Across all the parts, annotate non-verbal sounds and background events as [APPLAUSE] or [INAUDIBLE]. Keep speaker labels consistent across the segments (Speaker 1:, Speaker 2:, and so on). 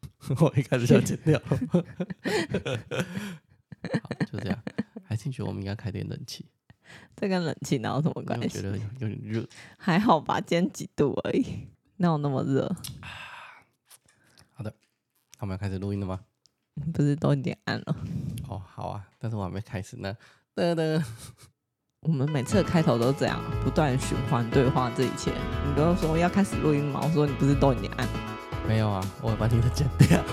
Speaker 1: [LAUGHS] 我一开始就剪掉。 [LAUGHS] 好，就这样。还是你觉得我们应该开点冷气？
Speaker 2: 这跟冷气哪有什么
Speaker 1: 因为我
Speaker 2: 关
Speaker 1: 觉
Speaker 2: 系？
Speaker 1: 得有有点热。
Speaker 2: 还好吧，今天几度而已，哪有那么热？
Speaker 1: 那我们要开始录音了吗？
Speaker 2: 不是都已经暗了？
Speaker 1: 哦，好啊，但是我还没开始呢。噔噔，
Speaker 2: 我们每次的开头都这样，不断循环对话这一切。你跟我说要开始录音吗？我说你不是都已经暗了， [LAUGHS]
Speaker 1: 没有啊，我会把你的剪 [LAUGHS] 掉，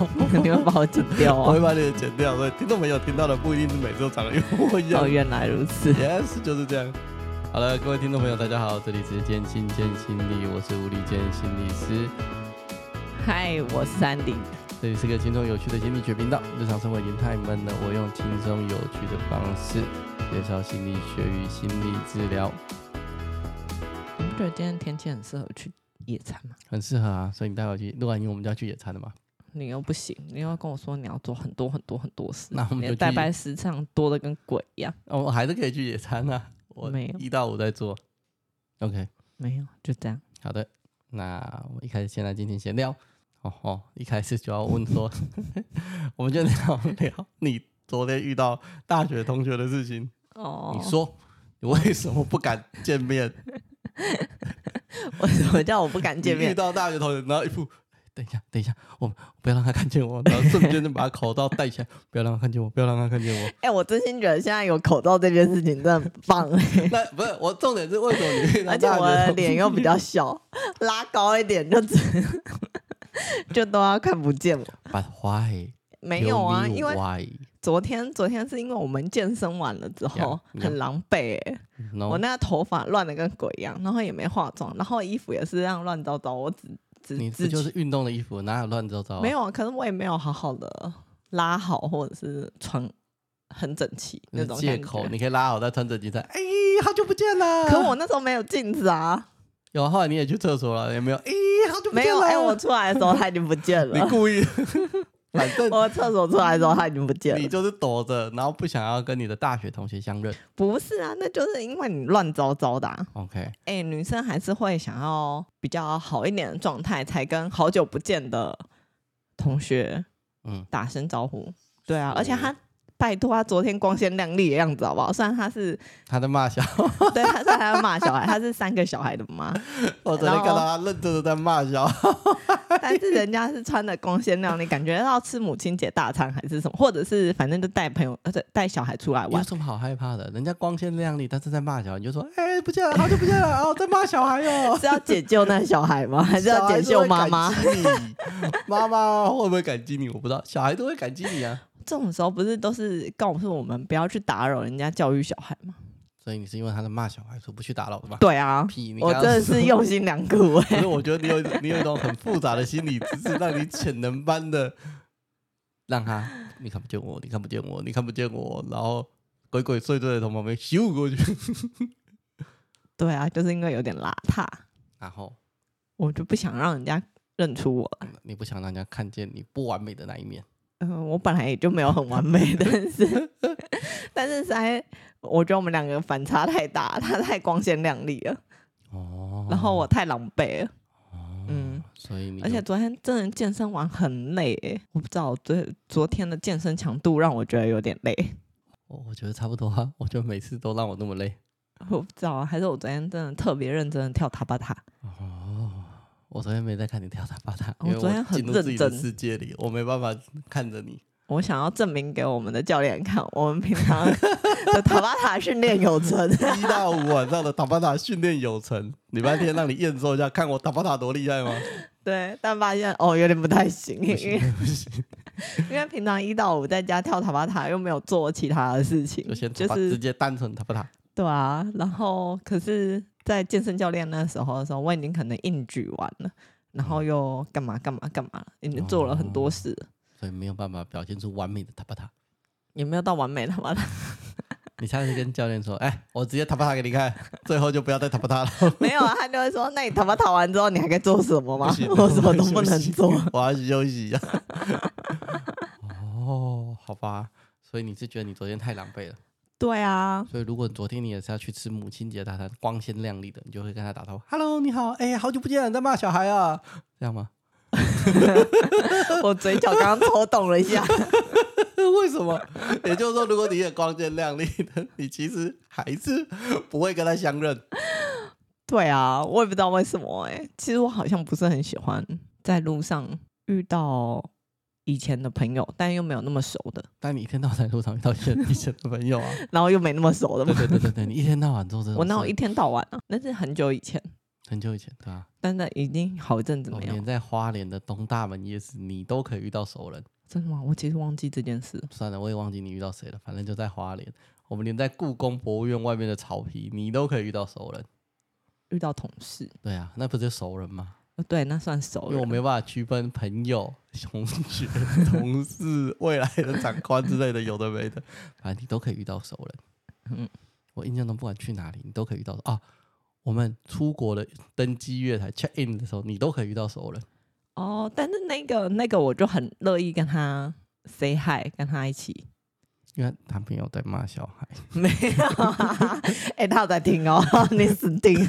Speaker 2: 你会把我剪掉
Speaker 1: 我
Speaker 2: 啊
Speaker 1: 会？把你的剪掉，所以听众朋友听到的不一定是每次都长得一模一样
Speaker 2: 哦，。原来如此。
Speaker 1: [LAUGHS] Yes，就是这样。好了，各位听众朋友，大家好，这里是健心健心理，我是吴立健心理师。
Speaker 2: 嗨，我是三迪。
Speaker 1: 这里是个轻松有趣的心理学频道。日常生活已经太闷了，我用轻松有趣的方式介绍心理学与心理治疗，
Speaker 2: 你不觉得今天天气很适合去野餐吗？
Speaker 1: 很适合啊。所以你待会儿去录完音，我们就要去野餐了嘛。
Speaker 2: 你又不行，你又要跟我说你要做很多很多很多事，
Speaker 1: 那我们
Speaker 2: 你
Speaker 1: 就
Speaker 2: 的
Speaker 1: 去
Speaker 2: 代办事项多的跟鬼一样。
Speaker 1: 哦，我还是可以去野餐啊。 [LAUGHS] 我
Speaker 2: 没有
Speaker 1: 一到五在做。OK，
Speaker 2: 没有，就这样。
Speaker 1: 好的。那我们一开始先来进行闲聊。哦哦，一开始就要问说， [LAUGHS] 我们就聊聊你昨天遇到大学同学的事情。
Speaker 2: 哦
Speaker 1: 你说你为什么不敢见面？
Speaker 2: 我 [LAUGHS] 什么叫我不敢见
Speaker 1: 你遇
Speaker 2: 面？
Speaker 1: 到大学同学，然后一副等一下，等一下，我不要让他看见我，然后瞬间就把口罩戴起来，不要让他看见我，不要让他看见
Speaker 2: [LAUGHS]
Speaker 1: 我。
Speaker 2: 哎、我真心觉得现在有口罩这件事情真的很棒、
Speaker 1: [LAUGHS]
Speaker 2: 欸，
Speaker 1: 那不是我重点是为什么你遇到
Speaker 2: 而且
Speaker 1: 大
Speaker 2: 我的
Speaker 1: 学
Speaker 2: 脸
Speaker 1: 同 [LAUGHS]
Speaker 2: 又比较小，拉高一点就只就都要看不见我。
Speaker 1: ？But why？
Speaker 2: 没有啊，
Speaker 1: Tell me
Speaker 2: 因为
Speaker 1: why？
Speaker 2: 昨天昨天是因为我们健身完了之后
Speaker 1: Yeah,
Speaker 2: 很狼狈、欸，
Speaker 1: 然
Speaker 2: 我
Speaker 1: 后
Speaker 2: 那头发乱的跟鬼一样，然后也没化妆，然后衣服也是这样乱糟糟，我只只
Speaker 1: 你
Speaker 2: 自
Speaker 1: 这
Speaker 2: 己、
Speaker 1: 就是运动的衣服，哪有乱糟糟啊？
Speaker 2: 没有啊，可是我也没有好好的拉好，或者是穿很整齐
Speaker 1: 那
Speaker 2: 那
Speaker 1: 是
Speaker 2: 种
Speaker 1: 借
Speaker 2: 感觉
Speaker 1: 口，你可以拉好再穿整齐衫。哎，好久不见啦！
Speaker 2: 可我那时候没有镜子啊，
Speaker 1: 有啊后来你也去厕所了，有没有？哎，好久不
Speaker 2: 没
Speaker 1: 见
Speaker 2: 有
Speaker 1: 啦！
Speaker 2: 哎、我出来的时候他已经不见
Speaker 1: 你
Speaker 2: 了，
Speaker 1: 故
Speaker 2: [LAUGHS]
Speaker 1: 意，反正
Speaker 2: 我厕所出来的时候他已经不见
Speaker 1: 你
Speaker 2: 了。
Speaker 1: 就是躲着，然后不想要跟你的大学同学相认。
Speaker 2: 不是啊，那就是因为你乱糟糟的、啊。
Speaker 1: OK，
Speaker 2: 哎、女生还是会想要比较好一点的状态，才跟好久不见的同学
Speaker 1: 嗯，
Speaker 2: 打声招呼。对啊，
Speaker 1: 是
Speaker 2: 而且他。拜托，他昨天光鲜亮丽的样子好不好？虽然
Speaker 1: [LAUGHS]
Speaker 2: 他是，
Speaker 1: 他在骂小，
Speaker 2: 对他虽然他在骂小孩，他是三个小孩
Speaker 1: [LAUGHS]
Speaker 2: 的妈，
Speaker 1: 我昨天看到他认真的在骂小，
Speaker 2: 但是人家是穿的光鲜亮丽，感觉到吃母亲节大餐还是什么，或者是反正就带朋友呃对带小孩出来
Speaker 1: [LAUGHS] 有
Speaker 2: 玩。
Speaker 1: 什么好害怕的？人家光鲜亮丽，但是在骂小，你就说，哎、不见了，好久不见了，哦，在骂小孩 [LAUGHS] 哦。
Speaker 2: [LAUGHS] 是要解救那小孩吗？还是要解救妈妈？
Speaker 1: 小孩子会感激你？ [LAUGHS] 妈妈会不会感激你？我不知道，小孩都会感激你啊。
Speaker 2: 这种时候不是都是告诉我们不要去打扰人家教育小孩吗？
Speaker 1: 所以你是因为他在骂小孩，所以不去打扰的吧？
Speaker 2: 对啊，
Speaker 1: 屁，你
Speaker 2: 我
Speaker 1: 刚
Speaker 2: 真
Speaker 1: 刚
Speaker 2: 的是用心良苦哎、
Speaker 1: [LAUGHS] 可是我觉得你有你有一种很复杂的心理知识，让你潜能般的让他你看不见我，你看不见我，你看不见我，然后鬼鬼祟祟的从旁边咻过去，
Speaker 2: [LAUGHS]
Speaker 1: [LAUGHS]
Speaker 2: 对啊，就是因为有点邋遢，
Speaker 1: 然后
Speaker 2: 我就不想让人家认出我。
Speaker 1: 你不想让人家看见你不完美的那一面，
Speaker 2: 嗯、我本来也就没有很完美，但是
Speaker 1: [LAUGHS]
Speaker 2: 但是实在我觉得我们两个反差太大，他太光鲜亮丽了，
Speaker 1: 哦
Speaker 2: 然后我，太狼狈了。
Speaker 1: 嗯
Speaker 2: 嗯，
Speaker 1: 所以你
Speaker 2: 而
Speaker 1: 就
Speaker 2: 且昨天真的健身完很累、欸，我不知道昨昨天的健身强度让我觉得有点累，
Speaker 1: 我我觉得差不多啊，我觉得每次都让我那么累，
Speaker 2: 我不知道啊还是我昨天真的特别认真的跳塔巴塔，
Speaker 1: 哦。我昨天没在看你跳塔巴塔，
Speaker 2: 哦我
Speaker 1: 因为
Speaker 2: 昨天很
Speaker 1: 进入自己的
Speaker 2: 认真
Speaker 1: 世界里，我没办法看着你。
Speaker 2: 我想要证明给我们的教练看，我们平
Speaker 1: [LAUGHS]
Speaker 2: 常的塔巴塔训练有成。
Speaker 1: 一到五晚上的塔巴塔训练有成，礼拜天让你验收一下，看我塔巴塔多厉害吗？
Speaker 2: [LAUGHS] 对，但发现哦有点不太行，因
Speaker 1: 不
Speaker 2: 为
Speaker 1: 行不行，
Speaker 2: 因为平常一到五在家跳塔巴塔，又没有做其他的事情，
Speaker 1: 就先塔
Speaker 2: 就
Speaker 1: 巴直
Speaker 2: 是
Speaker 1: 接单纯塔巴塔。
Speaker 2: 对啊。然后可是，在健身教练那时候的时候，我已经可能硬举完了，然
Speaker 1: 嗯
Speaker 2: 后又干嘛干嘛干嘛，已经做了
Speaker 1: 哦
Speaker 2: 很多事了，
Speaker 1: 所以没有办法表现出完美的塔巴塔。
Speaker 2: 也没有到完美塔巴塔，
Speaker 1: 你下次跟教练说，哎，我直接塔巴塔给你看，最后就不要再塔巴塔了。
Speaker 2: [LAUGHS] 没有啊。他就会说：“那你塔巴塔完之后，你还可以做什么吗 [LAUGHS]
Speaker 1: 不行？”
Speaker 2: 我什么都不
Speaker 1: 我要
Speaker 2: 能
Speaker 1: 休息
Speaker 2: 做。
Speaker 1: 我要休息啊。哦，好吧，所以你是觉得你昨天太狼狈了。
Speaker 2: 对 [LAUGHS] 啊，
Speaker 1: 所以如果昨天你也是要去吃母亲节大餐，光鲜亮丽的，你就会跟他打招呼，Hello，你好，哎、好久不见，你在骂小孩啊，这样吗？
Speaker 2: 我嘴角刚刚抽动了一下，
Speaker 1: 为什么？也就是说，如果你也光鲜亮丽的，你其实还是不会跟他相认。
Speaker 2: [LAUGHS] 对啊，我也不知道为什么哎、其实我好像不是很喜欢在路上遇到以前的朋友，但又没有那么熟的，
Speaker 1: 但你一天到晚在路上遇到一些以前的朋友啊，
Speaker 2: 然后又没那么熟的
Speaker 1: 对。对对对对，你一天到晚做这种事，
Speaker 2: [LAUGHS] 我哪有一天到晚啊？那是很久以前，
Speaker 1: 很久以前对啊，
Speaker 2: 但那已经好一阵子
Speaker 1: 我
Speaker 2: 没有
Speaker 1: 连
Speaker 2: 了。
Speaker 1: 在花莲的东大门夜市，你都可以遇到熟人。
Speaker 2: 真的吗？我其实忘记这件事了。
Speaker 1: 算了，我也忘记你遇到谁了，反正就在花莲。我们连在故宫博物院外面的草皮，你都可以遇到熟人。
Speaker 2: 遇到同事，
Speaker 1: 对啊，那不就熟人吗？
Speaker 2: 哦对，那算熟
Speaker 1: 因为我
Speaker 2: 人。
Speaker 1: 没有办法区分朋友、 [LAUGHS] 同学、同事、未来的长官之类的，有的没的，反正你都可以遇到熟人。嗯
Speaker 2: 嗯，
Speaker 1: [LAUGHS] 我印象中不管去哪里，你都可以遇到啊。我们出国的登机月台 check in 的时候，你都可以遇到熟人。
Speaker 2: 哦，但是那个那个，我就很乐意跟他 say hi，跟他一起。
Speaker 1: 因为他没有在骂小孩， [LAUGHS]
Speaker 2: 没有、啊，哎、他有在听哦，你死定。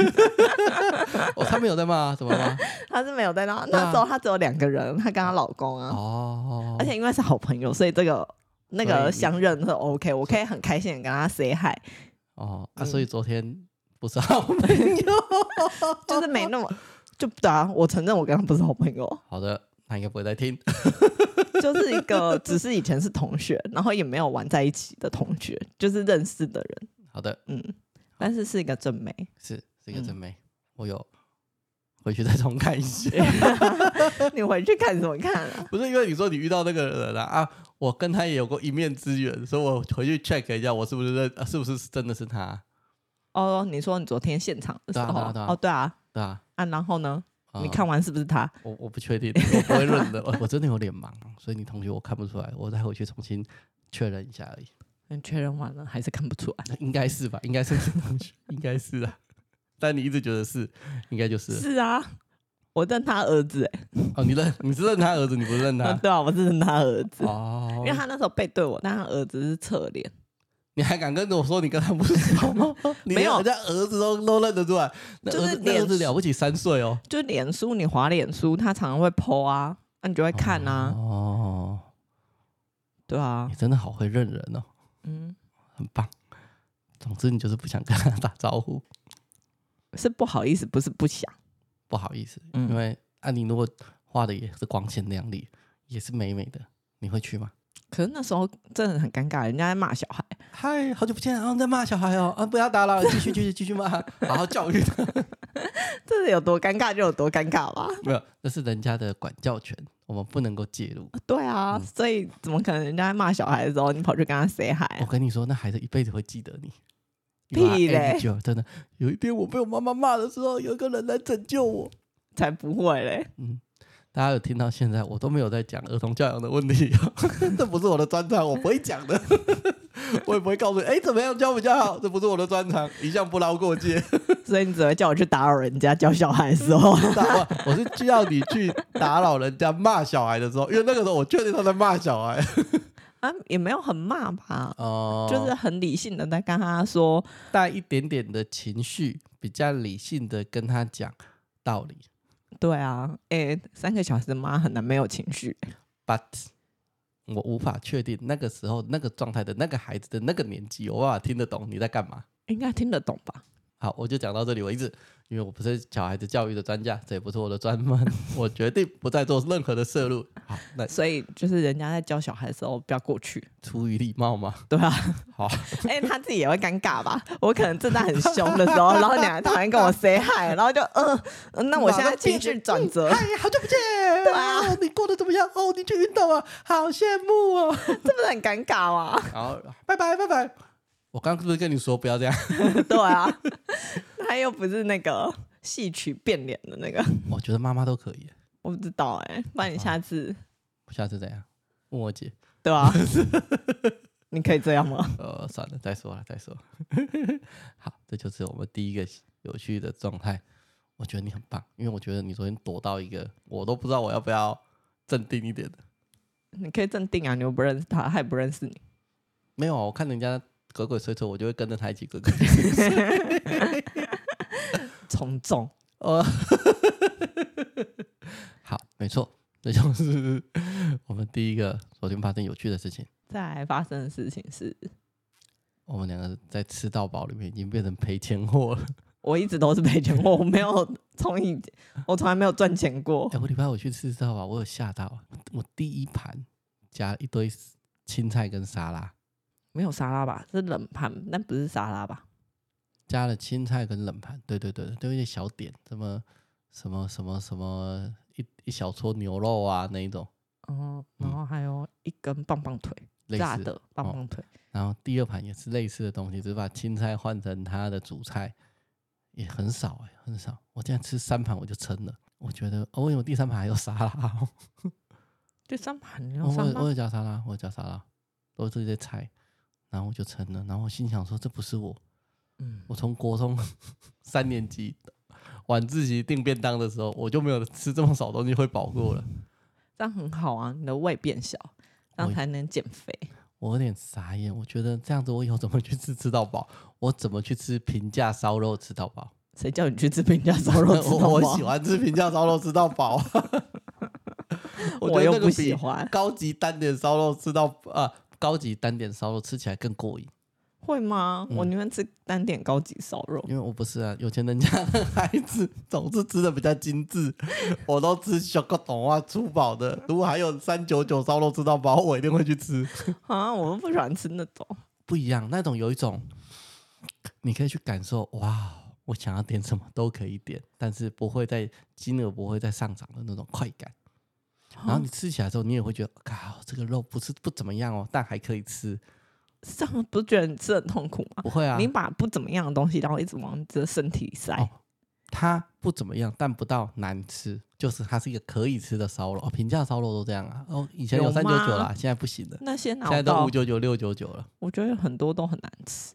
Speaker 1: [LAUGHS] 哦，他没有在骂、啊，怎么了吗？ [LAUGHS]
Speaker 2: 他是没有在那，
Speaker 1: 对啊
Speaker 2: 那时候他只有两个人，他跟她老公啊，
Speaker 1: 哦，
Speaker 2: 而且因为是好朋友，所以这个那
Speaker 1: 所以
Speaker 2: 个
Speaker 1: 你
Speaker 2: 相认是 OK，我可以很开心的跟他 say
Speaker 1: [LAUGHS]
Speaker 2: hi，
Speaker 1: 哦啊，
Speaker 2: 嗯
Speaker 1: 所以昨天不是好朋
Speaker 2: [LAUGHS]
Speaker 1: 友。
Speaker 2: 就是没那么。就对啊，我承认我跟他不是好朋
Speaker 1: [LAUGHS]
Speaker 2: 友，
Speaker 1: 好的，他应该不会再听。 [LAUGHS]
Speaker 2: 就是一个只是以前是同学，然后也没有玩在一起的同学，就是认识的人，
Speaker 1: 好的，
Speaker 2: 嗯，但是是一个正妹， [LAUGHS]
Speaker 1: 是是一个
Speaker 2: 嗯哎
Speaker 1: 真美，我有回去再重看一
Speaker 2: [LAUGHS]
Speaker 1: 下。
Speaker 2: 你回去看什么看啊？
Speaker 1: 不是因为你说你遇到那个人啊啊，我跟他也有过一面之缘，所以我回去 check 一下，我是不是认、啊是不是真的是他，
Speaker 2: 哦，你说你昨天现场的时
Speaker 1: 对啊
Speaker 2: 候，
Speaker 1: 对啊对啊
Speaker 2: 哦，对啊，
Speaker 1: 对吧、
Speaker 2: 啊，然后呢？
Speaker 1: 啊
Speaker 2: 你看完是不是他？
Speaker 1: 我我不确定，我不会认
Speaker 2: [LAUGHS]
Speaker 1: 的，我我真的有点忙，所以你同学我看不出来，我再回去重新确认一下而已，
Speaker 2: 嗯，确认完了还是看不出来。
Speaker 1: 应该是吧？应
Speaker 2: [LAUGHS]
Speaker 1: 该是你同学，应该是啊。但你一直觉得是，应该就是了
Speaker 2: 是啊，我认他儿子、欸，
Speaker 1: 哦。你认你是认他儿子，你不认
Speaker 2: 啊
Speaker 1: 他
Speaker 2: [LAUGHS] 对啊，我是认他儿子，
Speaker 1: [LAUGHS]
Speaker 2: 因
Speaker 1: 哦
Speaker 2: 为。他那时候背对我，但他儿子是侧脸。
Speaker 1: 你还敢跟我说你跟他不熟 [LAUGHS] 吗？你
Speaker 2: 没有
Speaker 1: 人家儿子都都认得出来，那
Speaker 2: 就是
Speaker 1: 儿子那
Speaker 2: 脸
Speaker 1: 儿子了不起三岁哦。
Speaker 2: 就是脸书，你滑脸书，他常常会 PO 啊，那、你就会看啊，
Speaker 1: 哦，
Speaker 2: 对啊
Speaker 1: 你，真的好会认人哦，
Speaker 2: 嗯，
Speaker 1: 很棒。总之，你就是不想跟他打招呼，
Speaker 2: 是不好意思，不是不想，
Speaker 1: 不好意思，
Speaker 2: 嗯
Speaker 1: 因为啊，你如果画的也是光鲜亮丽，也是美美的，你会去吗？
Speaker 2: 可是那时候真的很尴尬，人家在骂小孩， [LAUGHS]
Speaker 1: 嗨，好久不见啊！你在骂小孩哦啊！不要打扰，继续继续继续骂， [LAUGHS] 好好教育他。 [LAUGHS]
Speaker 2: 这有多尴尬就有多尴尬吧。
Speaker 1: 没有，那是人家的管教权，我们不能够介入。
Speaker 2: 对啊，所以怎么可能人家在骂小孩的时候，你跑去跟他 say
Speaker 1: 我
Speaker 2: hi？
Speaker 1: 跟你说，那孩子一辈子会记得你。
Speaker 2: 屁嘞
Speaker 1: 就真的，有一天我被我妈妈骂的时候，有一个人来拯救我。
Speaker 2: 才不会嘞。
Speaker 1: 大家有听到现在，我都没有在讲儿童教养的问题、哦， [LAUGHS] 这不是我的专长，我不会讲 [LAUGHS] 的，我也不会告诉你，哎，怎么样教比较好，这不是我的专长，一向不捞过界。
Speaker 2: 所以你只会叫我去打扰人家教小孩的哦时候，
Speaker 1: 我我是叫你去打扰人家骂小孩的时候，因为那个时候我确定他在骂小孩，
Speaker 2: [LAUGHS] 啊，也没有很骂吧，
Speaker 1: [LAUGHS] 哦
Speaker 2: 就是很理性的在跟他说，
Speaker 1: 带一点点的情绪，比较理性的跟他讲道理
Speaker 2: 对啊，诶、三个小时妈很难没有情绪，
Speaker 1: ，but。我无法确定那个时候那个状态的那个孩子的那个年纪，我无法听得懂你在干嘛。
Speaker 2: 应该听得懂吧？
Speaker 1: 好，我就讲到这里为止，因为我不是小孩子教育的专家，这也不是我的专 [LAUGHS] 门，我决定不再做任何的摄入。好，那
Speaker 2: 所以就是人家在教小孩的时候不要过去，
Speaker 1: 出于礼貌嘛，
Speaker 2: 对啊，
Speaker 1: 好，
Speaker 2: [LAUGHS] 诶、他自己也会尴尬吧？我可能正在很凶的时 [LAUGHS] 候，然后你还突然跟我 say hi，然后就嗯、呃那我现
Speaker 1: [LAUGHS]
Speaker 2: 在情绪转折 [LAUGHS]
Speaker 1: 嗨，，哎好久不见，
Speaker 2: 对啊
Speaker 1: 哦，你过得怎么样？哦，你去运动啊，好羡慕哦。
Speaker 2: 这不是很尴尬吗？
Speaker 1: 然后，拜拜拜拜。我刚刚是不是跟你说不要这样？
Speaker 2: 对啊， [LAUGHS] 他又不是那个戏曲变脸的那个，
Speaker 1: 我觉得妈妈都可以，
Speaker 2: 我不知道诶、不然你下次
Speaker 1: 我下次怎样？问我姐，
Speaker 2: 对 [LAUGHS] 啊，你可以这样吗？
Speaker 1: 呃，算了，再说了， [LAUGHS] 再说。好，这就是我们第一个有趣的状态。我觉得你很棒，因为我觉得你昨天躲到一个我都不知道我要不要镇定一点的。
Speaker 2: 你可以镇定啊，你又不认识他，他也不认识你。
Speaker 1: 没有啊，我看人家鬼鬼祟祟，我就会跟着他一起鬼鬼祟 [LAUGHS] 祟。
Speaker 2: 从众，
Speaker 1: 呃，好，没错，那就是我们第一个昨天发生有趣的事情。
Speaker 2: 再来发生的事情是，
Speaker 1: 我们两个在吃到饱里面已经变成赔钱货了。
Speaker 2: 我一直都是赔钱货，我没有从以，我从来没有赚钱过
Speaker 1: 哎、。我礼拜五去吃到饱，我有吓到，啊我第一盘加一堆青菜跟沙拉，
Speaker 2: 没有沙拉吧？是冷盘，但不是沙拉吧？
Speaker 1: 加了青菜跟冷盘，对对对，都一些小点，什么什么什么什么一一小撮牛肉啊那一种，
Speaker 2: 哦，然后还有一根棒棒腿，
Speaker 1: 类
Speaker 2: 炸
Speaker 1: 似
Speaker 2: 的棒棒腿。
Speaker 1: 然后第二盘也是类似的东西，只是把青菜换成它的主菜，也很少哎、很少。我竟然吃三盘我就撑了，我觉得哦，因为我第三盘还有沙拉、哦，
Speaker 2: 第三盘你
Speaker 1: 哦
Speaker 2: 要
Speaker 1: 我
Speaker 2: 上
Speaker 1: 有我
Speaker 2: 吗？
Speaker 1: 有加沙拉，我有加沙拉，都是这些菜，然后我就撑了。然后我心想说，这不是我，
Speaker 2: 嗯，
Speaker 1: 我从国中 [LAUGHS] 三年级晚自习订便当的时候，我就没有吃这么少东西会饱过
Speaker 2: 嗯
Speaker 1: 了。
Speaker 2: 这样很好啊，你的胃变小，这样才能减肥。
Speaker 1: [LAUGHS] 我有点傻眼，我觉得这样子我以后怎么去吃吃到饱？我怎么去吃平价烧肉吃到饱？
Speaker 2: 谁叫你去吃平价
Speaker 1: [LAUGHS]
Speaker 2: 烧 [LAUGHS] 肉吃到
Speaker 1: 我
Speaker 2: 饱？
Speaker 1: 我喜，欢吃平价烧肉吃到
Speaker 2: [LAUGHS]
Speaker 1: 饱，觉
Speaker 2: 我
Speaker 1: 得
Speaker 2: 又
Speaker 1: 那个
Speaker 2: 不喜
Speaker 1: 比
Speaker 2: 欢。
Speaker 1: 高级单点烧肉吃到啊、高级单点烧肉吃起来更过瘾，
Speaker 2: 会吗？
Speaker 1: 嗯
Speaker 2: 我宁愿吃单点高级烧肉。
Speaker 1: 因为我不是啊，有钱人家的孩子总是吃的比较精致，我都吃小个懂啊粗饱的，如果还有三九九烧肉吃到饱，我一定会去吃。
Speaker 2: 啊，我们不喜欢吃那种。
Speaker 1: 不一样，那种有一种，你可以去感受，哇，哦我想要点什么都可以点，但是不会在金额不会再上涨的那种快感。然后你吃起来之后，你也会觉得，靠，这个肉不是不怎么样哦，但还可以吃，
Speaker 2: 这样不觉得你吃得很痛苦吗？
Speaker 1: 不会啊
Speaker 2: 哦你，把不怎么样的东西，然后一直往你的身体塞，
Speaker 1: 哦它不怎么样，但不到难吃，就是它是一个可以吃的烧肉，哦、平价烧肉都这样啊。哦，以前有
Speaker 2: 有
Speaker 1: 三九九啦
Speaker 2: 吗，
Speaker 1: 现在不行了，
Speaker 2: 那些
Speaker 1: 现
Speaker 2: 拿
Speaker 1: 在
Speaker 2: 不
Speaker 1: 都
Speaker 2: 到
Speaker 1: 五，九九六九九了。
Speaker 2: 我觉得很多都很难吃。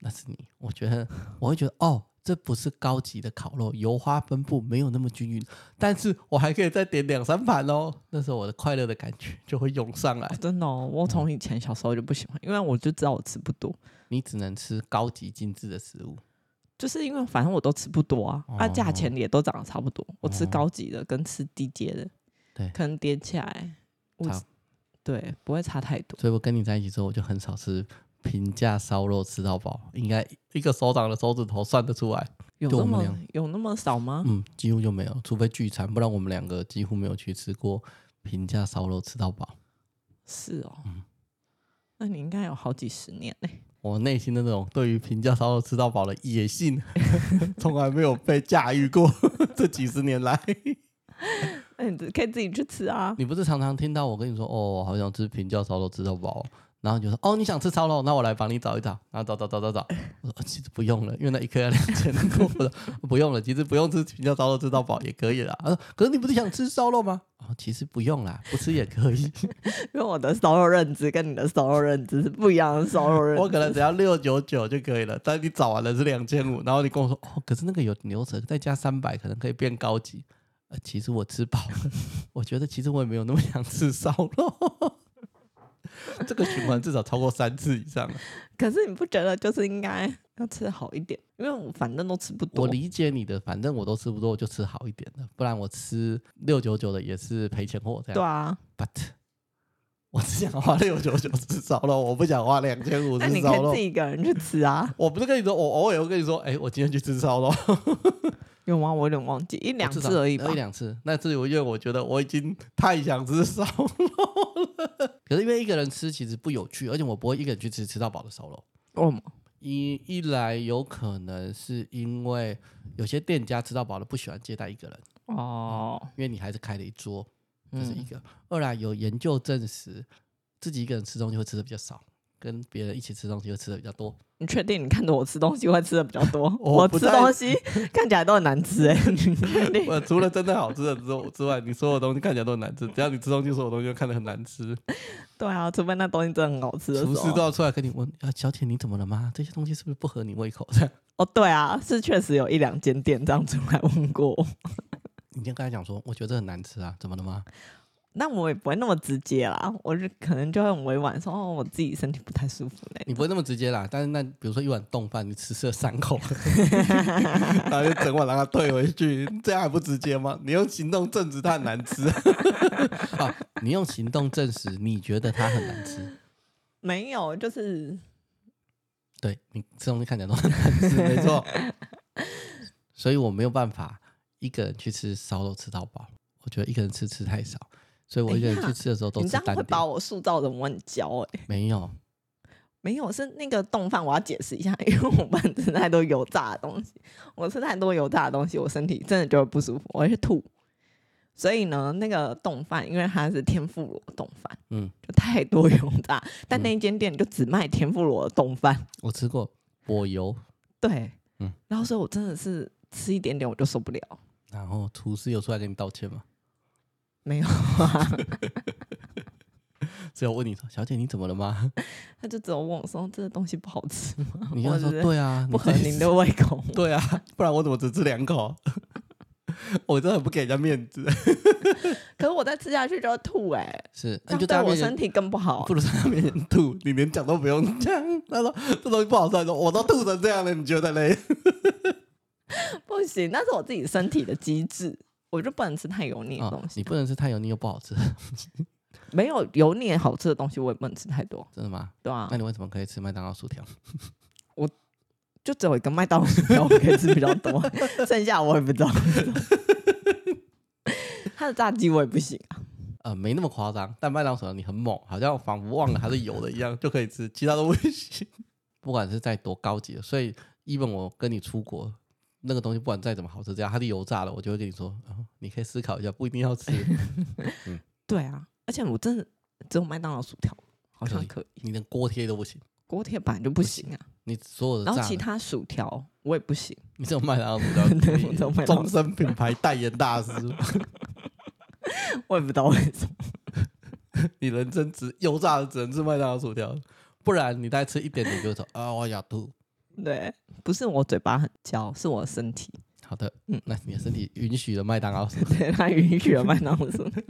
Speaker 1: 那是你，我觉得我会觉得哦，这不是高级的烤肉，油花分布没有那么均匀，但是我还可以再点两三盘哦。那时候我的快乐的感觉就会涌上来。
Speaker 2: 真的、哦，我从以前小时候就不喜欢，因为我就知道我吃不多，
Speaker 1: 你只能吃高级精致的食物，
Speaker 2: 就是因为反正我都吃不多啊，啊，价钱也都涨得差不多。我吃
Speaker 1: 哦
Speaker 2: 高级的跟吃低阶的，
Speaker 1: 对
Speaker 2: 可能点起来，我
Speaker 1: 差
Speaker 2: 对不会差太多。
Speaker 1: 所以我跟你在一起之后，我就很少吃平价烧肉吃到饱，应该一个手掌的手指头算得出来。
Speaker 2: 有
Speaker 1: 对
Speaker 2: 那
Speaker 1: 我们
Speaker 2: 么
Speaker 1: 俩
Speaker 2: 有那么少吗？
Speaker 1: 嗯，几乎就没有，除非聚餐，不然我们两个几乎没有去吃过平价烧肉吃到饱。
Speaker 2: 是哦，
Speaker 1: 嗯
Speaker 2: 那你应该有好几十年 [LAUGHS] 呢、
Speaker 1: 我内心的那种对于平价烧肉吃到饱的野性，从来没有被驾驭过。 [LAUGHS] 这几十年来，
Speaker 2: 那哎你可以自己去吃啊。 [LAUGHS]
Speaker 1: 你不是常常听到我跟你说，哦，我好想吃平价烧肉吃到饱哦，然后你就说，哦，你想吃烧肉，那我来帮你找一找，然后找找找找找。我说哦其实不用了，因为那一颗要两千多。我说 [LAUGHS] 不用了，其实不用吃平价烧肉吃到饱也可以啦。他说，可是你不是想吃烧肉吗？哦，其实不用啦，不吃也可以。
Speaker 2: 因为我的烧肉认知跟你的烧肉认知是不一样的烧肉认知。
Speaker 1: 我可能只要六九九就可以了，但你找完了是两千五，然后你跟我说哦，可是那个有牛舌，再加三百可能可以变高级。呃，其实我吃饱了，我觉得其实我也没有那么想吃烧肉。这个循环至少超过三次以上了。
Speaker 2: [LAUGHS] 可是你不觉得就是应该要吃好一点？因为我反正都吃不多
Speaker 1: 我，理解你的，反正我都吃不多，我就吃好一点的，不然我吃六九九的也是赔钱货这
Speaker 2: 对
Speaker 1: 样。
Speaker 2: 啊。
Speaker 1: But 我只想花六九九吃烧肉，我不想花两千五
Speaker 2: 那
Speaker 1: 吃
Speaker 2: 你
Speaker 1: 烧
Speaker 2: 可以
Speaker 1: 肉
Speaker 2: 自。己一个人去吃啊？
Speaker 1: 我不是跟你说，我偶尔会跟你说，哎、我今天去吃烧肉。
Speaker 2: [LAUGHS] 有吗？我有点忘记，一两
Speaker 1: 哦我至
Speaker 2: 次
Speaker 1: 少
Speaker 2: 而已吧
Speaker 1: 一。两次。那次我因为我觉得我已经太想吃烧肉
Speaker 2: [LAUGHS]
Speaker 1: 了，可是因为一个人吃其实不有趣，而且我不会一个人去吃吃到饱的烧肉。
Speaker 2: 哦，
Speaker 1: 一一来有可能是因为有些店家吃到饱了不喜欢接待一个人，
Speaker 2: 哦，
Speaker 1: 因为你还是开了一桌，这是一
Speaker 2: 嗯，
Speaker 1: 个。二来有研究证实，自己一个人吃东西会吃的比较少。跟别人一起吃东西会吃的比较
Speaker 2: [LAUGHS]
Speaker 1: 多，
Speaker 2: 你确定你看着我吃东西会吃的比较多？
Speaker 1: [LAUGHS] 我
Speaker 2: 我
Speaker 1: 不
Speaker 2: 吃
Speaker 1: 太
Speaker 2: 东西看起来都很难吃哎，
Speaker 1: [LAUGHS]
Speaker 2: 你确定？
Speaker 1: 呃，除了真的好吃的之后之外，你所有东西看起来都很难吃。只要你吃东西，所有东西都看得很难吃。
Speaker 2: 对啊，除非那东西真的很好吃的
Speaker 1: 厨
Speaker 2: 时
Speaker 1: 师都
Speaker 2: 候。
Speaker 1: 要出来跟你问啊，小姐你怎么了吗？这些东西是不是不合你胃口？这样，
Speaker 2: 哦，对啊，是确实有一两间店这样出来问过我。 [LAUGHS]
Speaker 1: 你先跟他讲说，我觉得这很难吃啊，怎么了吗？
Speaker 2: 那我也不会那么直接啦，我就可能就会很委婉说，哦，我自己身体不太舒服嘞。
Speaker 1: 你不会那么直接啦，但是那比如说一碗冻饭，你只吃了三
Speaker 2: [LAUGHS]
Speaker 1: 口，然后就整碗让它退回去，这样还不直接吗？你用行动证实它很难
Speaker 2: [LAUGHS]
Speaker 1: 吃啊！你用行动证实你觉得它很难吃，
Speaker 2: 没有，就是
Speaker 1: 对你吃东西看起来都很难
Speaker 2: [LAUGHS]
Speaker 1: 吃，没错。所以我没有办法一个人去吃烧肉吃到饱，我觉得一个人吃吃太少，所以我一个人去吃的时候都
Speaker 2: 哎你
Speaker 1: 吃
Speaker 2: 这样
Speaker 1: 单
Speaker 2: 会
Speaker 1: 点
Speaker 2: 把。我塑造的我很焦哎、
Speaker 1: 没有，
Speaker 2: 没有，是那个冻饭，我要解释一下， [LAUGHS] 因为我不能吃太多油炸的东西，我吃太多油炸的东西，我身体真的就会不舒服，我会去吐。所以呢，那个冻饭，因为它是天妇罗冻饭，
Speaker 1: 嗯，
Speaker 2: 就太多油炸，但
Speaker 1: 嗯
Speaker 2: 那一间店就只卖天妇罗的冻饭，
Speaker 1: 我吃过火油，
Speaker 2: 对，
Speaker 1: 嗯，
Speaker 2: 然后所以我真的是吃一点点我就受不了，
Speaker 1: 然后厨师有出来跟你道歉吗？
Speaker 2: 没有啊，
Speaker 1: [LAUGHS] 只有问你说：“小姐，你怎么了
Speaker 2: [LAUGHS]
Speaker 1: 吗？”
Speaker 2: 他就只有问我说这个东西不好
Speaker 1: [LAUGHS]
Speaker 2: 吃吗？
Speaker 1: 你
Speaker 2: 我
Speaker 1: 要说
Speaker 2: 觉得
Speaker 1: 对啊，
Speaker 2: 不合
Speaker 1: 你自己
Speaker 2: 您
Speaker 1: 吃
Speaker 2: 的胃口，
Speaker 1: [LAUGHS] 对啊，不然我怎么只吃两口？ [LAUGHS] 我真的很不给人家面子。
Speaker 2: 可是我再吃下去就要吐哎、
Speaker 1: 是，[LAUGHS] 那你
Speaker 2: 这样
Speaker 1: 就
Speaker 2: 对
Speaker 1: 在
Speaker 2: 我
Speaker 1: 面
Speaker 2: 身
Speaker 1: 前，
Speaker 2: 体更不好啊
Speaker 1: 不。如在他面前吐， [LAUGHS] 你连讲都不用讲。他说这东西不好吃，你说我都吐成这样了，你觉得嘞？
Speaker 2: [LAUGHS] 不行，那是我自己身体的机制，我就不能吃太油腻的
Speaker 1: 啊
Speaker 2: 东西。
Speaker 1: 你不能吃太油腻又不好吃，啊
Speaker 2: 没有油腻好吃的东西，我也不能吃太多，
Speaker 1: 真的吗？
Speaker 2: 对啊
Speaker 1: 那，你为什么可以吃麦当劳薯条？
Speaker 2: 就只有一个麦当劳薯条我可以吃比较
Speaker 1: [LAUGHS]
Speaker 2: 多，剩下我也不知道。他的炸鸡我也不行啊，
Speaker 1: 呃，没那么夸张，但麦当劳薯条你很猛，好像仿佛忘了它是油的一样就可以吃，其他都不行。不管是再多高级的，所以 even 我跟你出国，那个东西不管再怎么好吃，只要它是油炸的，我就会跟你说，哦你可以思考一下，不一定要
Speaker 2: [LAUGHS]
Speaker 1: 吃。
Speaker 2: 对啊，而且我真的只有麦当劳薯条，好像可以，
Speaker 1: 你连锅贴都不行，
Speaker 2: 锅贴板就不行啊，
Speaker 1: 你所有的
Speaker 2: 然
Speaker 1: 炸
Speaker 2: 后
Speaker 1: 的，
Speaker 2: 其他薯条我也不
Speaker 1: [LAUGHS]
Speaker 2: 行，
Speaker 1: 你只有麦当劳薯
Speaker 2: [LAUGHS]
Speaker 1: 条
Speaker 2: 对
Speaker 1: 可
Speaker 2: 我只有
Speaker 1: 以，[LAUGHS]
Speaker 2: 麦当劳
Speaker 1: 终身品牌代言大师，
Speaker 2: 我也不知道为什么。
Speaker 1: 你人生只油炸的只能吃麦当劳薯条，不然你再吃一点点就会说 [LAUGHS] 啊我要吐。
Speaker 2: 对，不是我嘴巴很焦，是我身体，
Speaker 1: 好的，
Speaker 2: 嗯
Speaker 1: 那你的身体允许了麦当劳薯 [LAUGHS] 条。
Speaker 2: 对他允许了麦当劳薯条。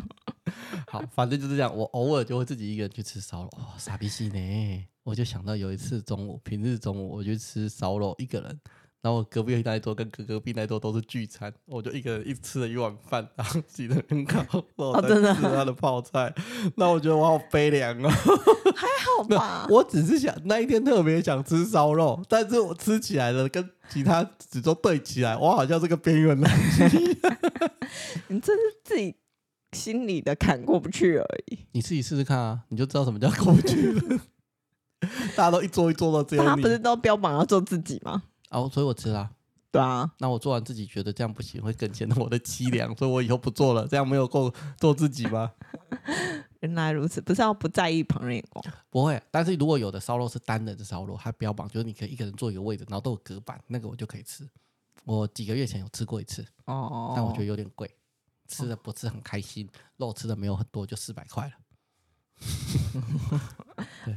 Speaker 1: 好，反正就是这样。我偶尔就会自己一个人去吃烧肉，哇、傻逼戏呢！我就想到有一次中午，平日中午我去吃烧肉，一个人。然后我隔壁那一桌跟隔隔壁那一桌都是聚餐，我就一个人一吃了一碗饭，然后自己在那边烤肉，我在
Speaker 2: 真的
Speaker 1: 吃他哦的啊泡菜。那我觉得我好悲凉哦。
Speaker 2: 好
Speaker 1: 没有
Speaker 2: 吧，
Speaker 1: 我只是想那一天特别想吃烧肉，但是我吃起来的跟其他只都对起来，我好像是个边缘人。
Speaker 2: 你这是自己心里的坎过不去而已。
Speaker 1: [LAUGHS] 你自己试试看啊，你就知道什么叫过不去了。 [LAUGHS] 大家都一桌一桌的，只有
Speaker 2: 他
Speaker 1: 你
Speaker 2: 不是都标榜要做自己吗？
Speaker 1: 哦，所以我吃啦、
Speaker 2: 对啊，
Speaker 1: 那我做完自己觉得这样不行，会更显得我的凄凉，所以我以后不做了。这样没有够做自己
Speaker 2: [LAUGHS]
Speaker 1: 吗？
Speaker 2: 原来如此，不是要不在意旁人眼光。
Speaker 1: 不会。但是如果有的烧肉是单人的烧肉，它标榜就是你可以一个人坐一个位置，然后都有隔板，那个我就可以吃。我几个月前有吃过一次，
Speaker 2: 哦
Speaker 1: 但我觉得有点贵，吃的不是很开心，肉吃的没有很多，就四百块了。